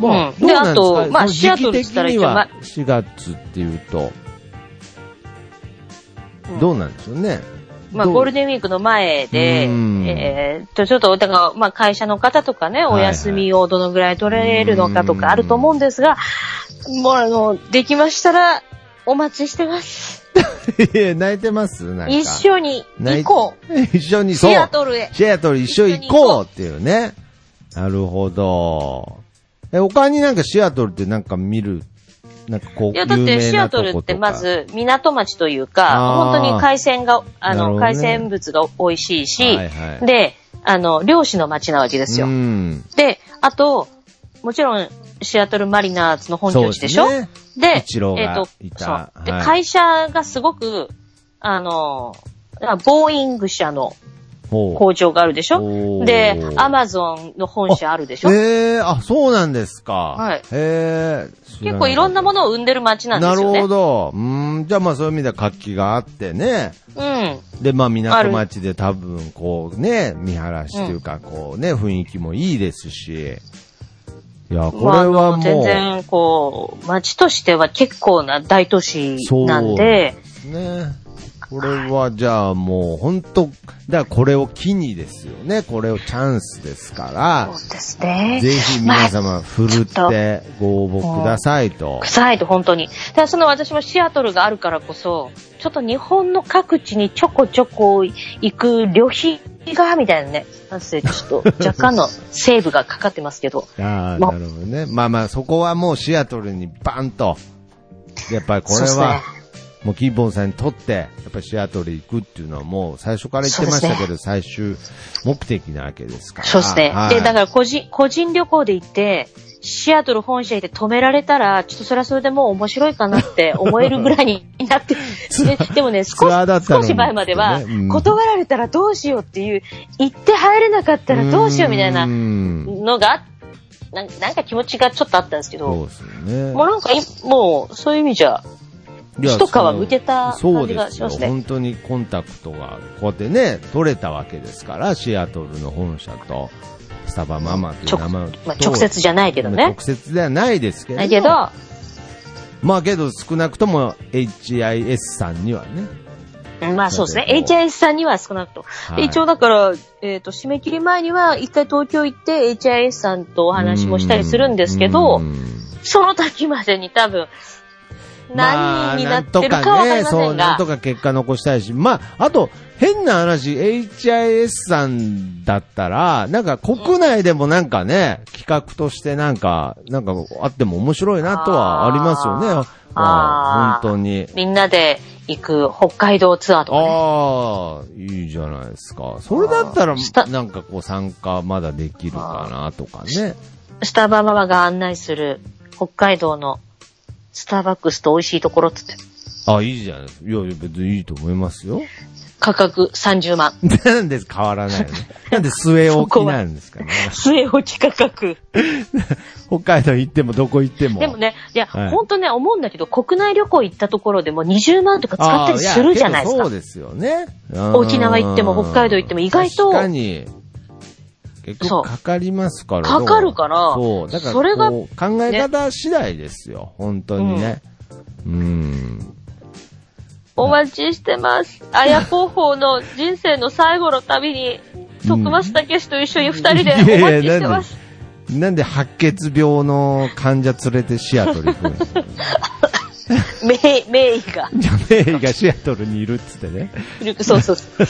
S2: うん
S1: まあ、
S2: うん
S1: どうなんです
S2: であ
S1: か
S2: とまあ
S1: その時期的には4月っていうと、どうなんでしょうね。
S2: まあ、
S1: どう
S2: ゴールデンウィークの前で、
S1: うん
S2: えーっと、ちょっと、だから、まあ、会社の方とかね、
S1: はい
S2: お休みをどのぐらい取れるのかとかあると思うんですが、もう、あの、できましたら、お待ちしてます。
S1: いや *laughs* 泣いてますなんか
S2: 一緒に行こう。
S1: 一緒に、そう。
S2: シアトルへ。
S1: シアトル一緒に行こうっていうね。なるほど。え、他になんかシアトルってなんか見る、なんかこう、
S2: いや、だって
S1: 有名
S2: シ
S1: な
S2: ア
S1: と
S2: ト
S1: ことか
S2: ルってま、ず港町というか、
S1: あー
S2: 本当に海鮮が、
S1: な
S2: あ
S1: るほど
S2: の、
S1: ね
S2: 海鮮物が美味しいし、
S1: はいはい
S2: で、あの、漁師の町なわけですよ。
S1: うん。
S2: で、あと、もちろん、シアトルマリナーズの本
S1: そう
S2: 拠
S1: です
S2: 地
S1: ね
S2: でしょで、
S1: イチローが
S2: えっと
S1: いた
S2: そうで、
S1: はい
S2: 会社がすごく、あの、あボーイング社の
S1: ほう
S2: 工場があるでし
S1: おー
S2: ょで、アマゾンの本社あるでしょ
S1: ええあ、そうなんですか。
S2: はい
S1: ええ
S2: 結構いろんなものを生んでる街なんですよ
S1: な
S2: ね。
S1: るほど。うーん、じゃあまあそういう意味では活気があってね。
S2: うん。
S1: で、まあ港町で多分こうね、見晴らしというかこうね、雰囲気もいいですし。いや、これ
S2: まああの
S1: はも
S2: 全
S1: う、
S2: 然、こう、街としては結構な大都市
S1: そう
S2: なんで、
S1: すね。これはじゃあもう本当、だからこれを機にですよね。これをチャンスですから
S2: そう、ですね。
S1: ぜひ皆様、ふるってご応募くださいと。
S2: 臭いと本当に。ただその私もシアトルがあるからこそ、ちょっと日本の各地にちょこちょこ行く旅費が、みたいなね。なんせちょっと若
S1: *laughs*
S2: 干のセーブがかかってますけど。
S1: ああ、
S2: ま
S1: なるほどね。まあまあ、そこはもうシアトルにバンと、やっぱりこれは、もうキーボンさんにとって、やっぱりシアトル行くっていうのはもう最初から言ってましたけど、最終目的なわけですから。
S2: そうですね。
S1: はい
S2: で、だから個人、個人旅行で行って、シアトル本社行って止められたら、ちょっとそれはそれでもう面白いかなって思えるぐらいになって、ででもね、少
S1: *laughs* ツアーだっ
S2: した
S1: のに
S2: 少し前までは、
S1: ねうん
S2: 断られたらどうしようっていう、行って入れなかったらどうしようみたいな
S1: ーん
S2: のがあ、なんなんか気持ちがちょっとあったんですけ
S1: そ
S2: ど、
S1: うですね。
S2: もうなんかい、もう、そういう意味じゃ、
S1: いや
S2: 一皮むけた感じがし
S1: そう
S2: ま
S1: ですすよ。
S2: ね。
S1: 本当にコンタクトが、こうやってね、取れたわけですから、シアトルの本社と、スタバママという名前を
S2: まあ、直接じゃないけどね
S1: 直。接ではないですけれど
S2: だけど、
S1: まあけど少なくとも HIS さんにはね。
S2: まあそうですね。
S1: だけど
S2: HIS さんには少なくとも。
S1: い
S2: で一応だから、えっ、と、締め切り前には、一回東京行って、HIS さんとお話もしたりするんですけど
S1: う、ん
S2: その時までに多分、
S1: まあ
S2: 何人になってるかわかりま
S1: そ
S2: せ
S1: う、
S2: ん
S1: な
S2: が
S1: んと、か結果残したいし、まあ、あと、変な話、HIS さんだったら、なんか国内でもなんかね、企画としてなんか、なんかあっても面白いなとはありますよね。
S2: あ
S1: まあ
S2: あー
S1: 本当に。
S2: みんなで行く北海道ツアーとかね。
S1: ああ、いいじゃないですか。それだったら
S2: あーした、
S1: なんかこう参加まだできるかなとかね。
S2: スタバママが案内する北海道のスターバックスと美味しいところっつって、
S1: あ、いいじゃないですか。いや、いや別にいいと思いますよ。 *laughs*
S2: 価格30万。
S1: なんで変わらないのなんで据え置きなんですかね。
S2: 末置き価格。
S1: 北海道行ってもどこ行っても。
S2: でもね、いや、
S1: はい
S2: ほんとね、思うんだけど、国内旅行行ったところでも20万とか使
S1: あ
S2: っ
S1: ー、
S2: たりするじゃないです
S1: やけどそう。
S2: か
S1: ですよね。うん
S2: 沖縄行っても北海道行っても意外と
S1: 確かに。結
S2: そう
S1: 構かかりますから。
S2: かかるから
S1: そう。だから、
S2: それが
S1: こう考え方次第ですよ。本当にね。うん。
S2: お待ちしてます。あや広報の人生の最後の旅に、徳松武史と一緒に二人でお待ちしてます。
S1: なんで白血病の患者連れてシアトル行くん
S2: *laughs*
S1: ですか
S2: 名、名医が。
S1: じゃあ、メイがシアトルにいるっつってね。
S2: そうそうそう。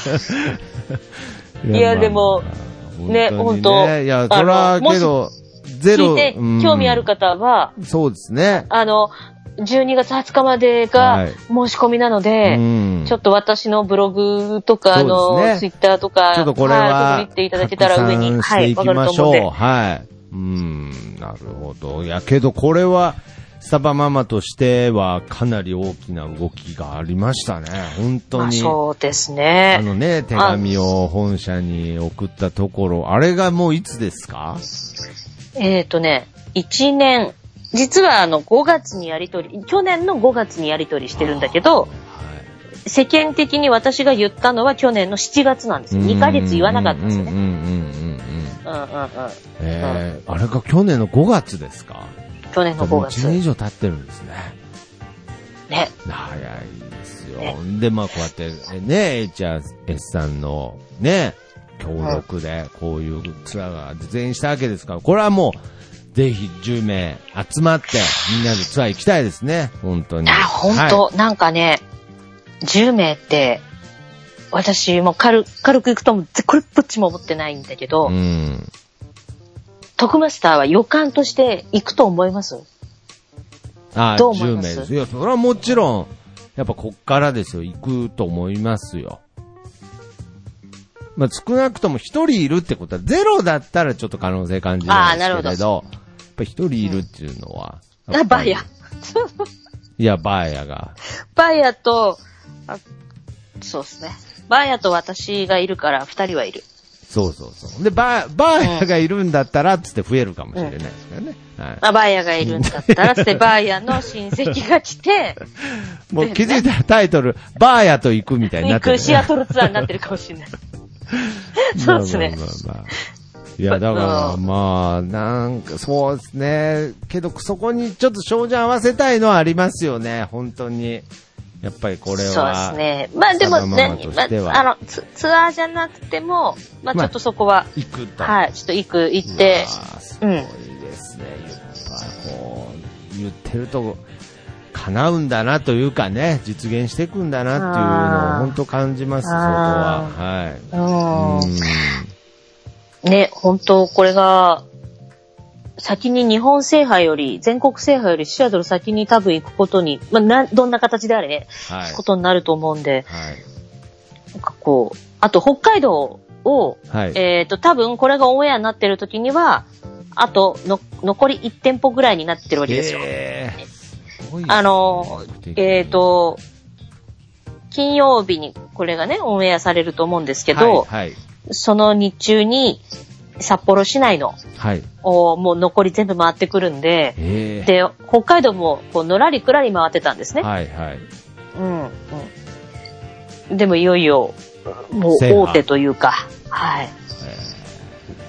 S2: いや
S1: まあ
S2: でもね
S1: 本
S2: 本
S1: 当に
S2: 当
S1: ねいや、そら
S2: あ、の
S1: けど、ゼロ。
S2: 聞いて
S1: うん、
S2: 興味ある方は、
S1: そうですね。
S2: あの、12月20日まで
S1: は
S2: が
S1: い
S2: 申し込みなので、
S1: うん
S2: ちょっと私のブログとか、あ
S1: そう
S2: の、
S1: ですね
S2: ツイッターとか、
S1: ちょっとこれ
S2: は
S1: は、
S2: いちょっと見ていただけたら上に、
S1: 拡散し
S2: は
S1: て
S2: い、
S1: い
S2: わ
S1: き
S2: かる
S1: ま
S2: と
S1: し
S2: 思
S1: ょ
S2: う
S1: う。
S2: んで。
S1: はい。うん、なるほど。いや、けどこれは、スタバママとしてはかなり大きな動きがありましたね。本当
S2: まあ
S1: に。
S2: そうです
S1: あ
S2: ね。
S1: のね、手紙を本社に送ったところ、あれがもういつですか
S2: えっ、とね、1年、実はあの5月にやりとり、去年の5月にやりとりしてるんだけど、
S1: はい。
S2: 世間的に私が言ったのは去年の7月なんですよ。2ヶ月言わなかったんです
S1: うん
S2: ね。
S1: うんうんうんうん。
S2: うんうんうん。
S1: えーあれが去年の5月ですか
S2: 去年の5
S1: もう1年以
S2: 月。
S1: 上経ってるんですね。
S2: ね。
S1: 長いですよ。で、まあこうやってね、HRS さんのね、協力でこういうツアーが実現したわけですから、これはもう、ぜひ10名集まって、みんなでツアー行きたいですね。本当に。
S2: あ、本当、
S1: は
S2: なんかね、10名って、私も軽軽く行くとも、これっぽっちも思ってないんだけど、
S1: い、うん。
S2: トクマスターは予感として行くと思います
S1: あ
S2: どう思
S1: 10
S2: い
S1: 名
S2: ます
S1: です。いや、それはもちろん、やっぱこっからですよ。行くと思いますよ。まあ、少なくとも一人いるってことは、ゼロだったらちょっと可能性感じないですけれど、
S2: あーなるほ
S1: やっぱ一人いるっていうのは。
S2: あ、バーヤ。
S1: いや、バーヤが。
S2: バーヤと、あそうですね。バーヤと私がいるから二人はいる。
S1: そうそうそう。で、バー、バーヤがいるんだったら、つって増えるかもしれないですけどね。はい。
S2: あ、バーヤがいるんだった
S1: *laughs*
S2: ら、つってバーヤの親戚が来て、
S1: もう気づいたらタイトル、バーヤと行くみたいになっ
S2: 行
S1: てる、
S2: くシアトルツアーになってるかもしれない。そうですね。
S1: まあまあまあまあいや、だから、
S2: うん
S1: まあ、なんか、そうですね。けど、そこにちょっと照準合わせたいのはありますよね、本当に。やっぱりこれ
S2: そうで
S1: は。
S2: すね。まあでも、
S1: わがままとして
S2: ね
S1: は
S2: まあ、あのツ、ツアーじゃなくても、まあちょっとそこは、
S1: 行くと。
S2: はい、ちょっと行く、行って、
S1: まあすご
S2: う
S1: い
S2: ん
S1: ですね。やっぱ、こう、言ってると、叶うんだなというかね、実現していくんだなっていうの
S2: あー
S1: を本当感じます、そこ
S2: あ
S1: は。は
S2: う
S1: い。うん
S2: ん。ね、本当これが、先に日本制覇より、全国制覇よりシアトル先に多分行くことに、まあ、な、どんな形であれね、
S1: はい
S2: こ。とになると思うんで、
S1: はい。
S2: なんかこう、あと北海道を、
S1: はい。
S2: えっ、と、多分これがオンエアになってる時には、あとの、残り1店舗ぐらいになってるわけですよ。
S1: えーすごいですね
S2: あのー、えっ、、と、金曜日にこれがね、オンエアされると思うんですけど、
S1: はい、
S2: その日中に札幌市内の
S1: はい。はい
S2: おもう残り全部回ってくるんで、
S1: えー
S2: で、北海道もこうのらりくらり回ってたんですね。
S1: はい、はい。
S2: うん、うん。でもいよいよ、もう
S1: 制覇
S2: 大手というか、はい、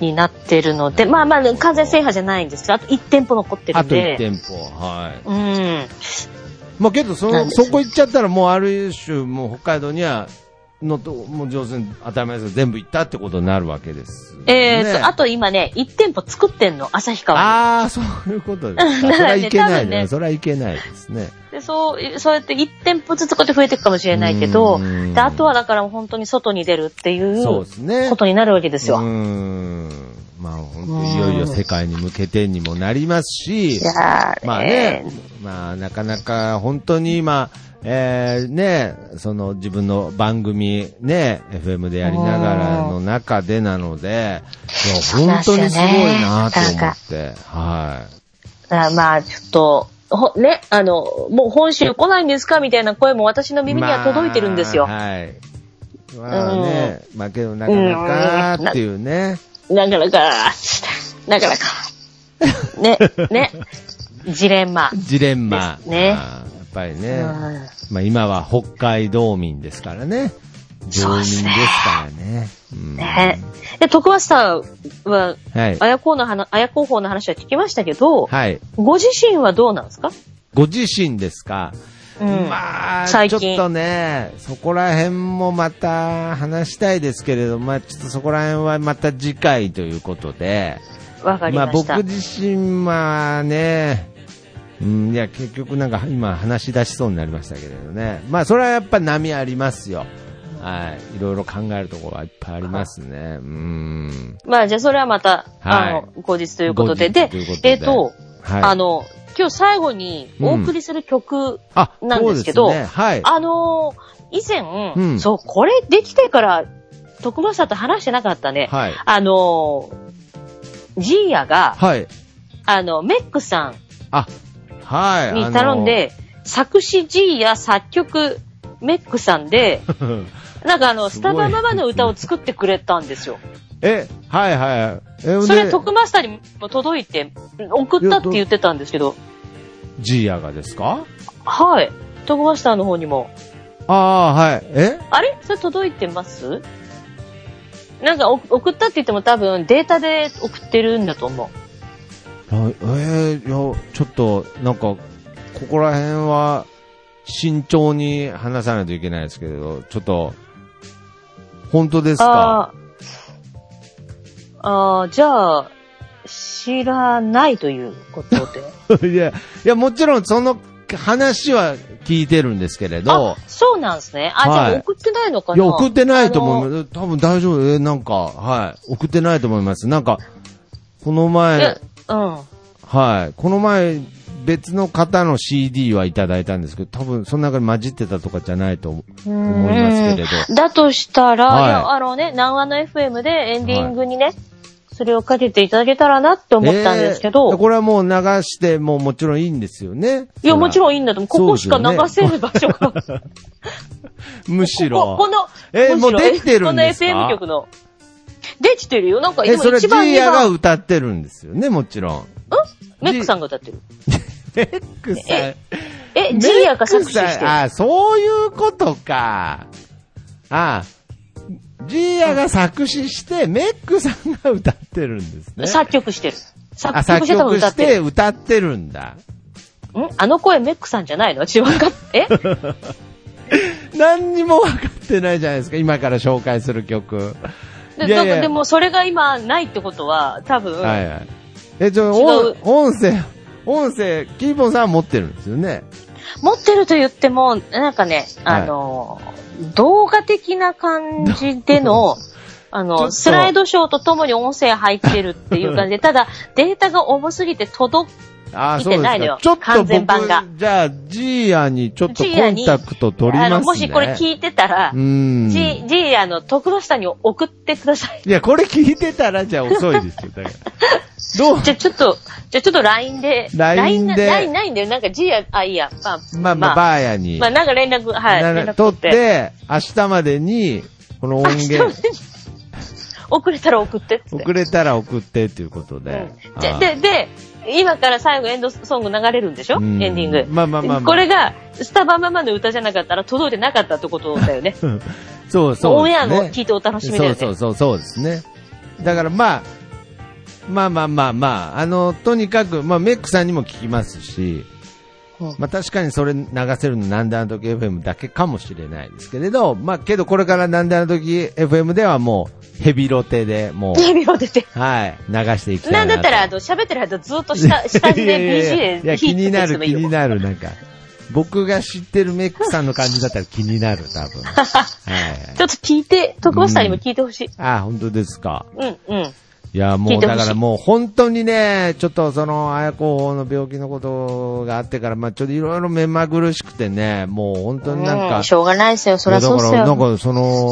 S1: え
S2: になってるので、まあまあ、完全制覇じゃないんですけど、あと1店舗残って
S1: ー
S2: る
S1: あ
S2: ん
S1: と1
S2: で。
S1: 店舗、はい。
S2: うん。
S1: まあけど、そ
S2: な
S1: の、
S2: んです
S1: そこ行っちゃったら、もうある種、もう北海道には、のと、もう上手に当たり前ですけど全部行ったってことになるわけです、
S2: えーと、あ
S1: と、
S2: と今ね、1店舗作ってんの、旭川に。
S1: ああ、そういうことです
S2: *laughs*
S1: か。
S2: うん
S1: それはいけない
S2: だからね多分ね
S1: ね。それはいけないですね。
S2: で、そう、そうやって1店舗ずつこうやって増えていくかもしれないけ
S1: う
S2: ど、
S1: ん
S2: で、あとはだから本当に外に出るっていう
S1: そう
S2: こ
S1: ですね。
S2: とになるわけです
S1: う
S2: よ。
S1: ん。まあ、本当いよいよ世界に向けてにもなりますし、
S2: いやー
S1: まあね、まあなかなか本当に今、えーね、その自分の番組ね、FM でやりながらの中でなので、いや本当にすごいなと思って、は
S2: あまあ、ちょっと、ほね、あの、もう本州来ないんですかみたいな声も私の
S1: い。
S2: 耳には届いてるんですよ。
S1: まあはい。まあね、まあけどなかなかっていうね、
S2: なかなか、なかなか。
S1: *laughs*
S2: ね、ね、ジレンマ。
S1: ジレンマ。
S2: ですね
S1: まあやっぱり
S2: う
S1: ね、
S2: ん
S1: まあ今は北海道民ですからね。道
S2: そう
S1: 民
S2: っ
S1: です
S2: すね
S1: からね。うん
S2: ね。で、徳橋さんは、
S1: はい。
S2: 綾候の話、綾候補の話は聞きましたけど、
S1: はい。
S2: ご自身はどうなんですか
S1: ご自身ですか、
S2: うん。
S1: まあ、
S2: 最
S1: ちょ
S2: 近
S1: っとね、そこら辺もまた話したいですけれど、まあちょっとそこら辺はまた次回ということで、
S2: わかり
S1: まあ
S2: ました。
S1: 僕自身はね、うん、いや結局なんか今話し出しそうになりましたけれどね、まあそれはやっぱ波ありますよ。はい。いろいろ考えるところはいっぱいありますね。うん。
S2: まあ、じゃあそれはまた、
S1: はい
S2: あの、後日ということ
S1: 後
S2: で。
S1: 日
S2: で
S1: ということ、で
S2: えっ、と、
S1: はい。
S2: あの、今日最後にお送りする曲、
S1: あ、
S2: なんですけど
S1: そうですね、はい。
S2: あのー以前、
S1: うん
S2: そう、これできてから、徳松さんと話してなかったね。
S1: はい。
S2: あのージーヤが、
S1: はい。
S2: あの、メックさ
S1: あ、はい。
S2: んに頼んで、作詞ジーヤ、作曲メックさん
S1: *laughs*
S2: で、
S1: あの。
S2: なんかあの、
S1: す
S2: ス
S1: ごい
S2: タバママの歌を作ってくれたんですよ。
S1: え、はいはい。え、
S2: それ、
S1: で
S2: 徳マスターにも届いて、送ったって言ってたんですけど、
S1: ジーヤがですか
S2: はい。徳マスターの方にも。
S1: ああ、はい。え
S2: あれそれ届いてますなんかお送ったって言っても多分データで送ってるんだと思う。
S1: あえー、いや、ちょっと、なんか、ここら辺は、慎重に話さないといけないですけれど、ちょっと、本当ですか
S2: あーあー、じゃあ、知らないということで。
S1: *laughs* いや、いや、もちろんその話は聞いてるんですけれど
S2: あ、、そうなんですね。あ、
S1: はい
S2: じゃあ送ってないのか
S1: いや、
S2: な
S1: 送ってないと思
S2: あ
S1: い
S2: の
S1: ます。多分大丈夫。えー、なんか、はい。送ってないと思います。なんか、この前、
S2: えうん。
S1: はい。この前、別の方の CD はいただいたんですけど、多分その中に混じってたとかじゃないと思思いますけれど。
S2: だとしたら、
S1: はい
S2: いやあのね、南和の FM でエンディングにね、それをかけていただけたらなって思ったんです
S1: え
S2: け
S1: ー
S2: ど、
S1: これはもう流して、もうもちろんいいんですよね。
S2: いや、もちろ
S1: ん。
S2: んいいんだと思う。ここしか流せる場
S1: *laughs*
S2: 所が。
S1: むしろ。
S2: ここの、
S1: えー
S2: むしろ
S1: もうできてるんですか
S2: この FM 局の。できてるよ。なんか、
S1: え、それ、ジ
S2: 一
S1: ー
S2: 番
S1: ヤが
S2: 今、
S1: 歌ってるんですよね、もちろん。
S2: メックさんが歌ってる。
S1: メックさん。
S2: え、ジーヤが作詞してる。
S1: あ、そういうことか。あジーヤが作詞して、メックさんが歌ってるんですね。
S2: 作曲してる。作
S1: あ
S2: 曲して多分歌ってる。
S1: 作曲歌ってるんだ。
S2: んあの声メックさんじゃないの
S1: *laughs*
S2: 違うか、え
S1: 何にも分かってないじゃないですか、今から紹介する曲。
S2: で
S1: いやいや
S2: でもそれが今ないってことは、多分、
S1: はいはい。え、ちょ、
S2: 違う
S1: お音声、音声、キーボンさんは持ってるんですよね。
S2: 持ってると言っても、なんかね、
S1: はい
S2: あの、動画的な感じ
S1: *laughs*
S2: での、
S1: ち
S2: あ
S1: ょっと
S2: の、スライドショーとともに音声入ってるっていう感じで、ただ、データが重すぎて届く、
S1: あー
S2: 見
S1: そう
S2: て
S1: で
S2: な
S1: す
S2: い
S1: か
S2: のよ。
S1: ちょっと
S2: 完全版が
S1: 僕、じゃあ、ジーヤにちょっと
S2: ジー
S1: コ
S2: ヤ
S1: ン
S2: に
S1: タクト取りま
S2: あ
S1: すね。
S2: の、もしこれ聞いてたら
S1: う、ん。
S2: じ、じい、あの、徳田さんに送ってください。
S1: いや、これ聞いてたらじゃあ遅いですよ。だから。どう
S2: じゃ、 *laughs* ちょっと、じゃ、ちょっと LINE で。
S1: LINE で
S2: LINE ないんだよ。なんか G や、あ、いいや。まあ、
S1: まあまあ、
S2: まあ、
S1: バーヤに。
S2: まあなんか連絡、はい、
S1: な
S2: 連
S1: ら
S2: 絡
S1: 取っ
S2: 取って。
S1: て、明日までに、この
S2: あ
S1: 音源、
S2: 遅れたら送ってっつって。
S1: 遅れたら送ってっていうことで。
S2: うんじゃで、で、今から最後エンドソング流れるんでしょエ
S1: うん
S2: ンディング。
S1: まあまあまあまあ
S2: これが、スタバママの歌じゃなかったら届いてなかったってことだよね。
S1: あー *laughs* そうそうですね。
S2: オンエアを聞いてお楽しみだよね
S1: そうそうそう、そうですね。だからまあ、まあまあまあまあ、あの、とにかく、まあメックさんにも聞きますし、
S2: うん
S1: まあ確かにそれ流せるのなんであの時 FM だけかもしれないですけれど、まあけどこれからなんであの時 FM ではもうヘビロテでもう、
S2: *laughs* テレビを出て。
S1: はい、流していきたいな
S2: な
S1: んと。
S2: だったら、あの、喋ってる間ずっと下、下地
S1: いやいやいや
S2: で BG
S1: いや、
S2: で
S1: 気にな
S2: 火つけて
S1: る、
S2: もいい
S1: 気
S2: よ
S1: になる、なんか。僕が知ってるメックさんの感じだったら気になる、多
S2: *laughs*
S1: 分。はい。
S2: ちょっと聞いて、徳橋さんにも聞いてほしい。
S1: あ、本当ですか。
S2: うん、うん。
S1: いや、
S2: 聞
S1: もう、
S2: いて
S1: だ
S2: ほしい
S1: からもう本当にね、ちょっとその、綾候補の病気のことがあってから、まあちょっといろいろ目まぐるしくてね、もう本当になん
S2: う
S1: か
S2: ん、しょうがないですよ。そりゃそうっす
S1: いやだ
S2: よ。
S1: から、なんか、その、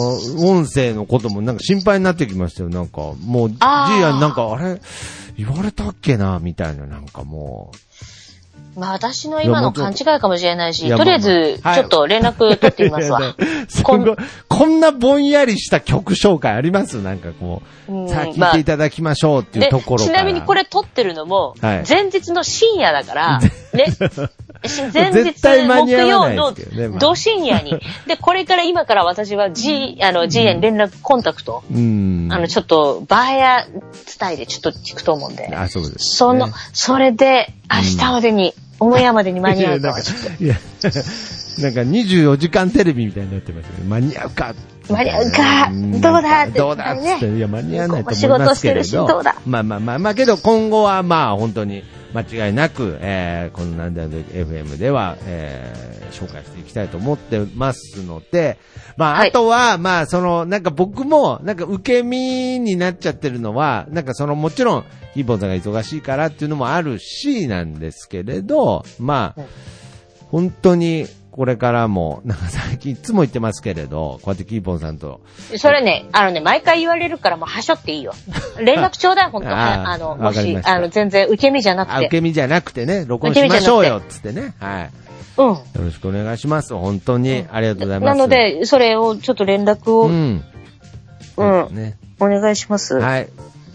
S1: 音声のこともなんか心配になってきましたよ。なんか、もう、ジー
S2: あー
S1: ヤンなんか、あれ、言われたっけな、みたいな、なんかも
S2: まあ、私の今の勘違いかもしれない
S1: い
S2: し、
S1: や
S2: とりあえず、
S1: まあまあはい
S2: ちょっと連絡取ってみます
S1: いや
S2: わ
S1: い。う。 *laughs* すご
S2: こん
S1: い、こんなぼんやりした曲紹介ありますなんかこ
S2: う
S1: う、
S2: ん
S1: さあ聞いていただきましょうっていう
S2: で、
S1: ところ
S2: ち
S1: から。
S2: なみにこれ撮ってるのも、
S1: はい
S2: 前日の深夜だから、ね。し前日
S1: 絶対間
S2: 木
S1: に合わ
S2: 曜
S1: ない
S2: の
S1: ですけどねまあ
S2: ど深夜に。で、これから今から私は G、あの、G に連絡、コンタクト、
S1: うん。
S2: あの、ちょっと、バーヤ伝いでちょっと聞くと思うんで。
S1: あ、そうです、ね。
S2: その、それで、明日までに、オンエアまでに間に合う
S1: いや
S2: と
S1: なん。か、いや、なんか24時間テレビみたいになってますよね。間に合うか。
S2: 間に合うか
S1: ん
S2: どうだって
S1: どうだっつって、
S2: ね
S1: いや、間に合わないと思いますけれど。
S2: お仕事してるしどうだ
S1: まあまあまあ、まあけど今後はまあ本当に間違いなく、えー、このなんだよ FM では、えー、紹介していきたいと思ってますので、まあ
S2: はい
S1: あとは、まあその、なんか僕も、なんか受け身になっちゃってるのは、なんかそのもちろん、ヒーボンさんが忙しいからっていうのもあるし、なんですけれど、まあ、本当に、これからも、なんか最近いつも言ってますけれど、こうやってキーポンさんと
S2: それね、あのね、毎回言われるからもうはしょっていい *laughs* よ。連絡ちょうだい、ほんと。
S1: あー
S2: あの、も
S1: わかり
S2: し
S1: まし、た
S2: あの、全然受け身じゃな
S1: あ、
S2: く
S1: 受
S2: て。
S1: け身じゃなくてね、録音しましょうよ、つってね。はい。
S2: うん。
S1: よろしくお願いします。本当に、ありがとうございま
S2: な
S1: す。
S2: の、で、それをちょっと連絡
S1: う
S2: を、
S1: ん。
S2: うん
S1: そうですね。
S2: お願いします。はい。
S1: はい。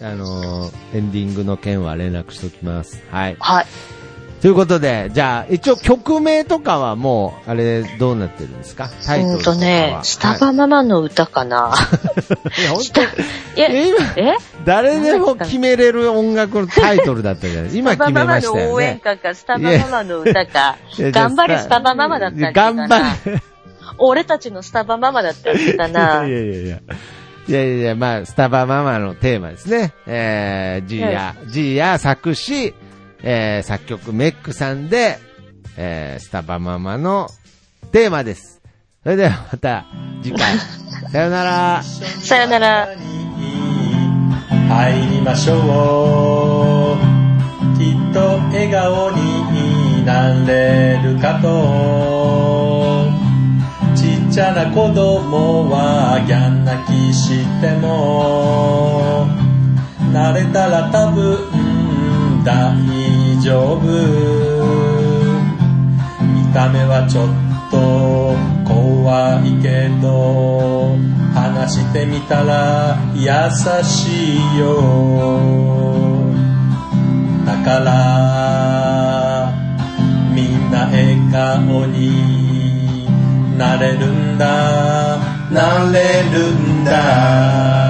S1: あのーエンディングの件は連絡しときます。はい。ということで、じゃあ、一応曲名とかはもう、あれ、どうなってるんですかタイト
S2: う
S1: ルと
S2: ん
S1: か
S2: と
S1: は。
S2: ね、スタバママの歌かな。
S1: はい。い
S2: *laughs*
S1: や、本当に
S2: いや、
S1: え
S2: え
S1: 誰でも決めれる音楽のタイトルだったじゃないですか。今
S2: スタ
S1: 決
S2: バ
S1: め
S2: ママ
S1: ましたよね。
S2: の応援歌か、スタバママの歌 *laughs* か
S1: いや、
S2: 頑張れスタバママだったんだ
S1: 頑張れ。
S2: *laughs* 俺たちのスタバママだったんだ
S1: *laughs*
S2: な。
S1: いやいやいや。いやいやいや、まあ、スタバママのテーマですね。えー、ジーヤ、ジーヤ作詞、えー、作曲メックさんで、えー、スタバママのテーマです。それではまた次回。さよなら。
S2: さよなら。
S3: 入りましょうきっと笑顔になんでるかとちっちゃな子供はギャン泣きしても慣れたら多分大丈夫見た目はちょっと怖いけど話してみたら優しいよだからみんな笑顔になれるんだなれるんだ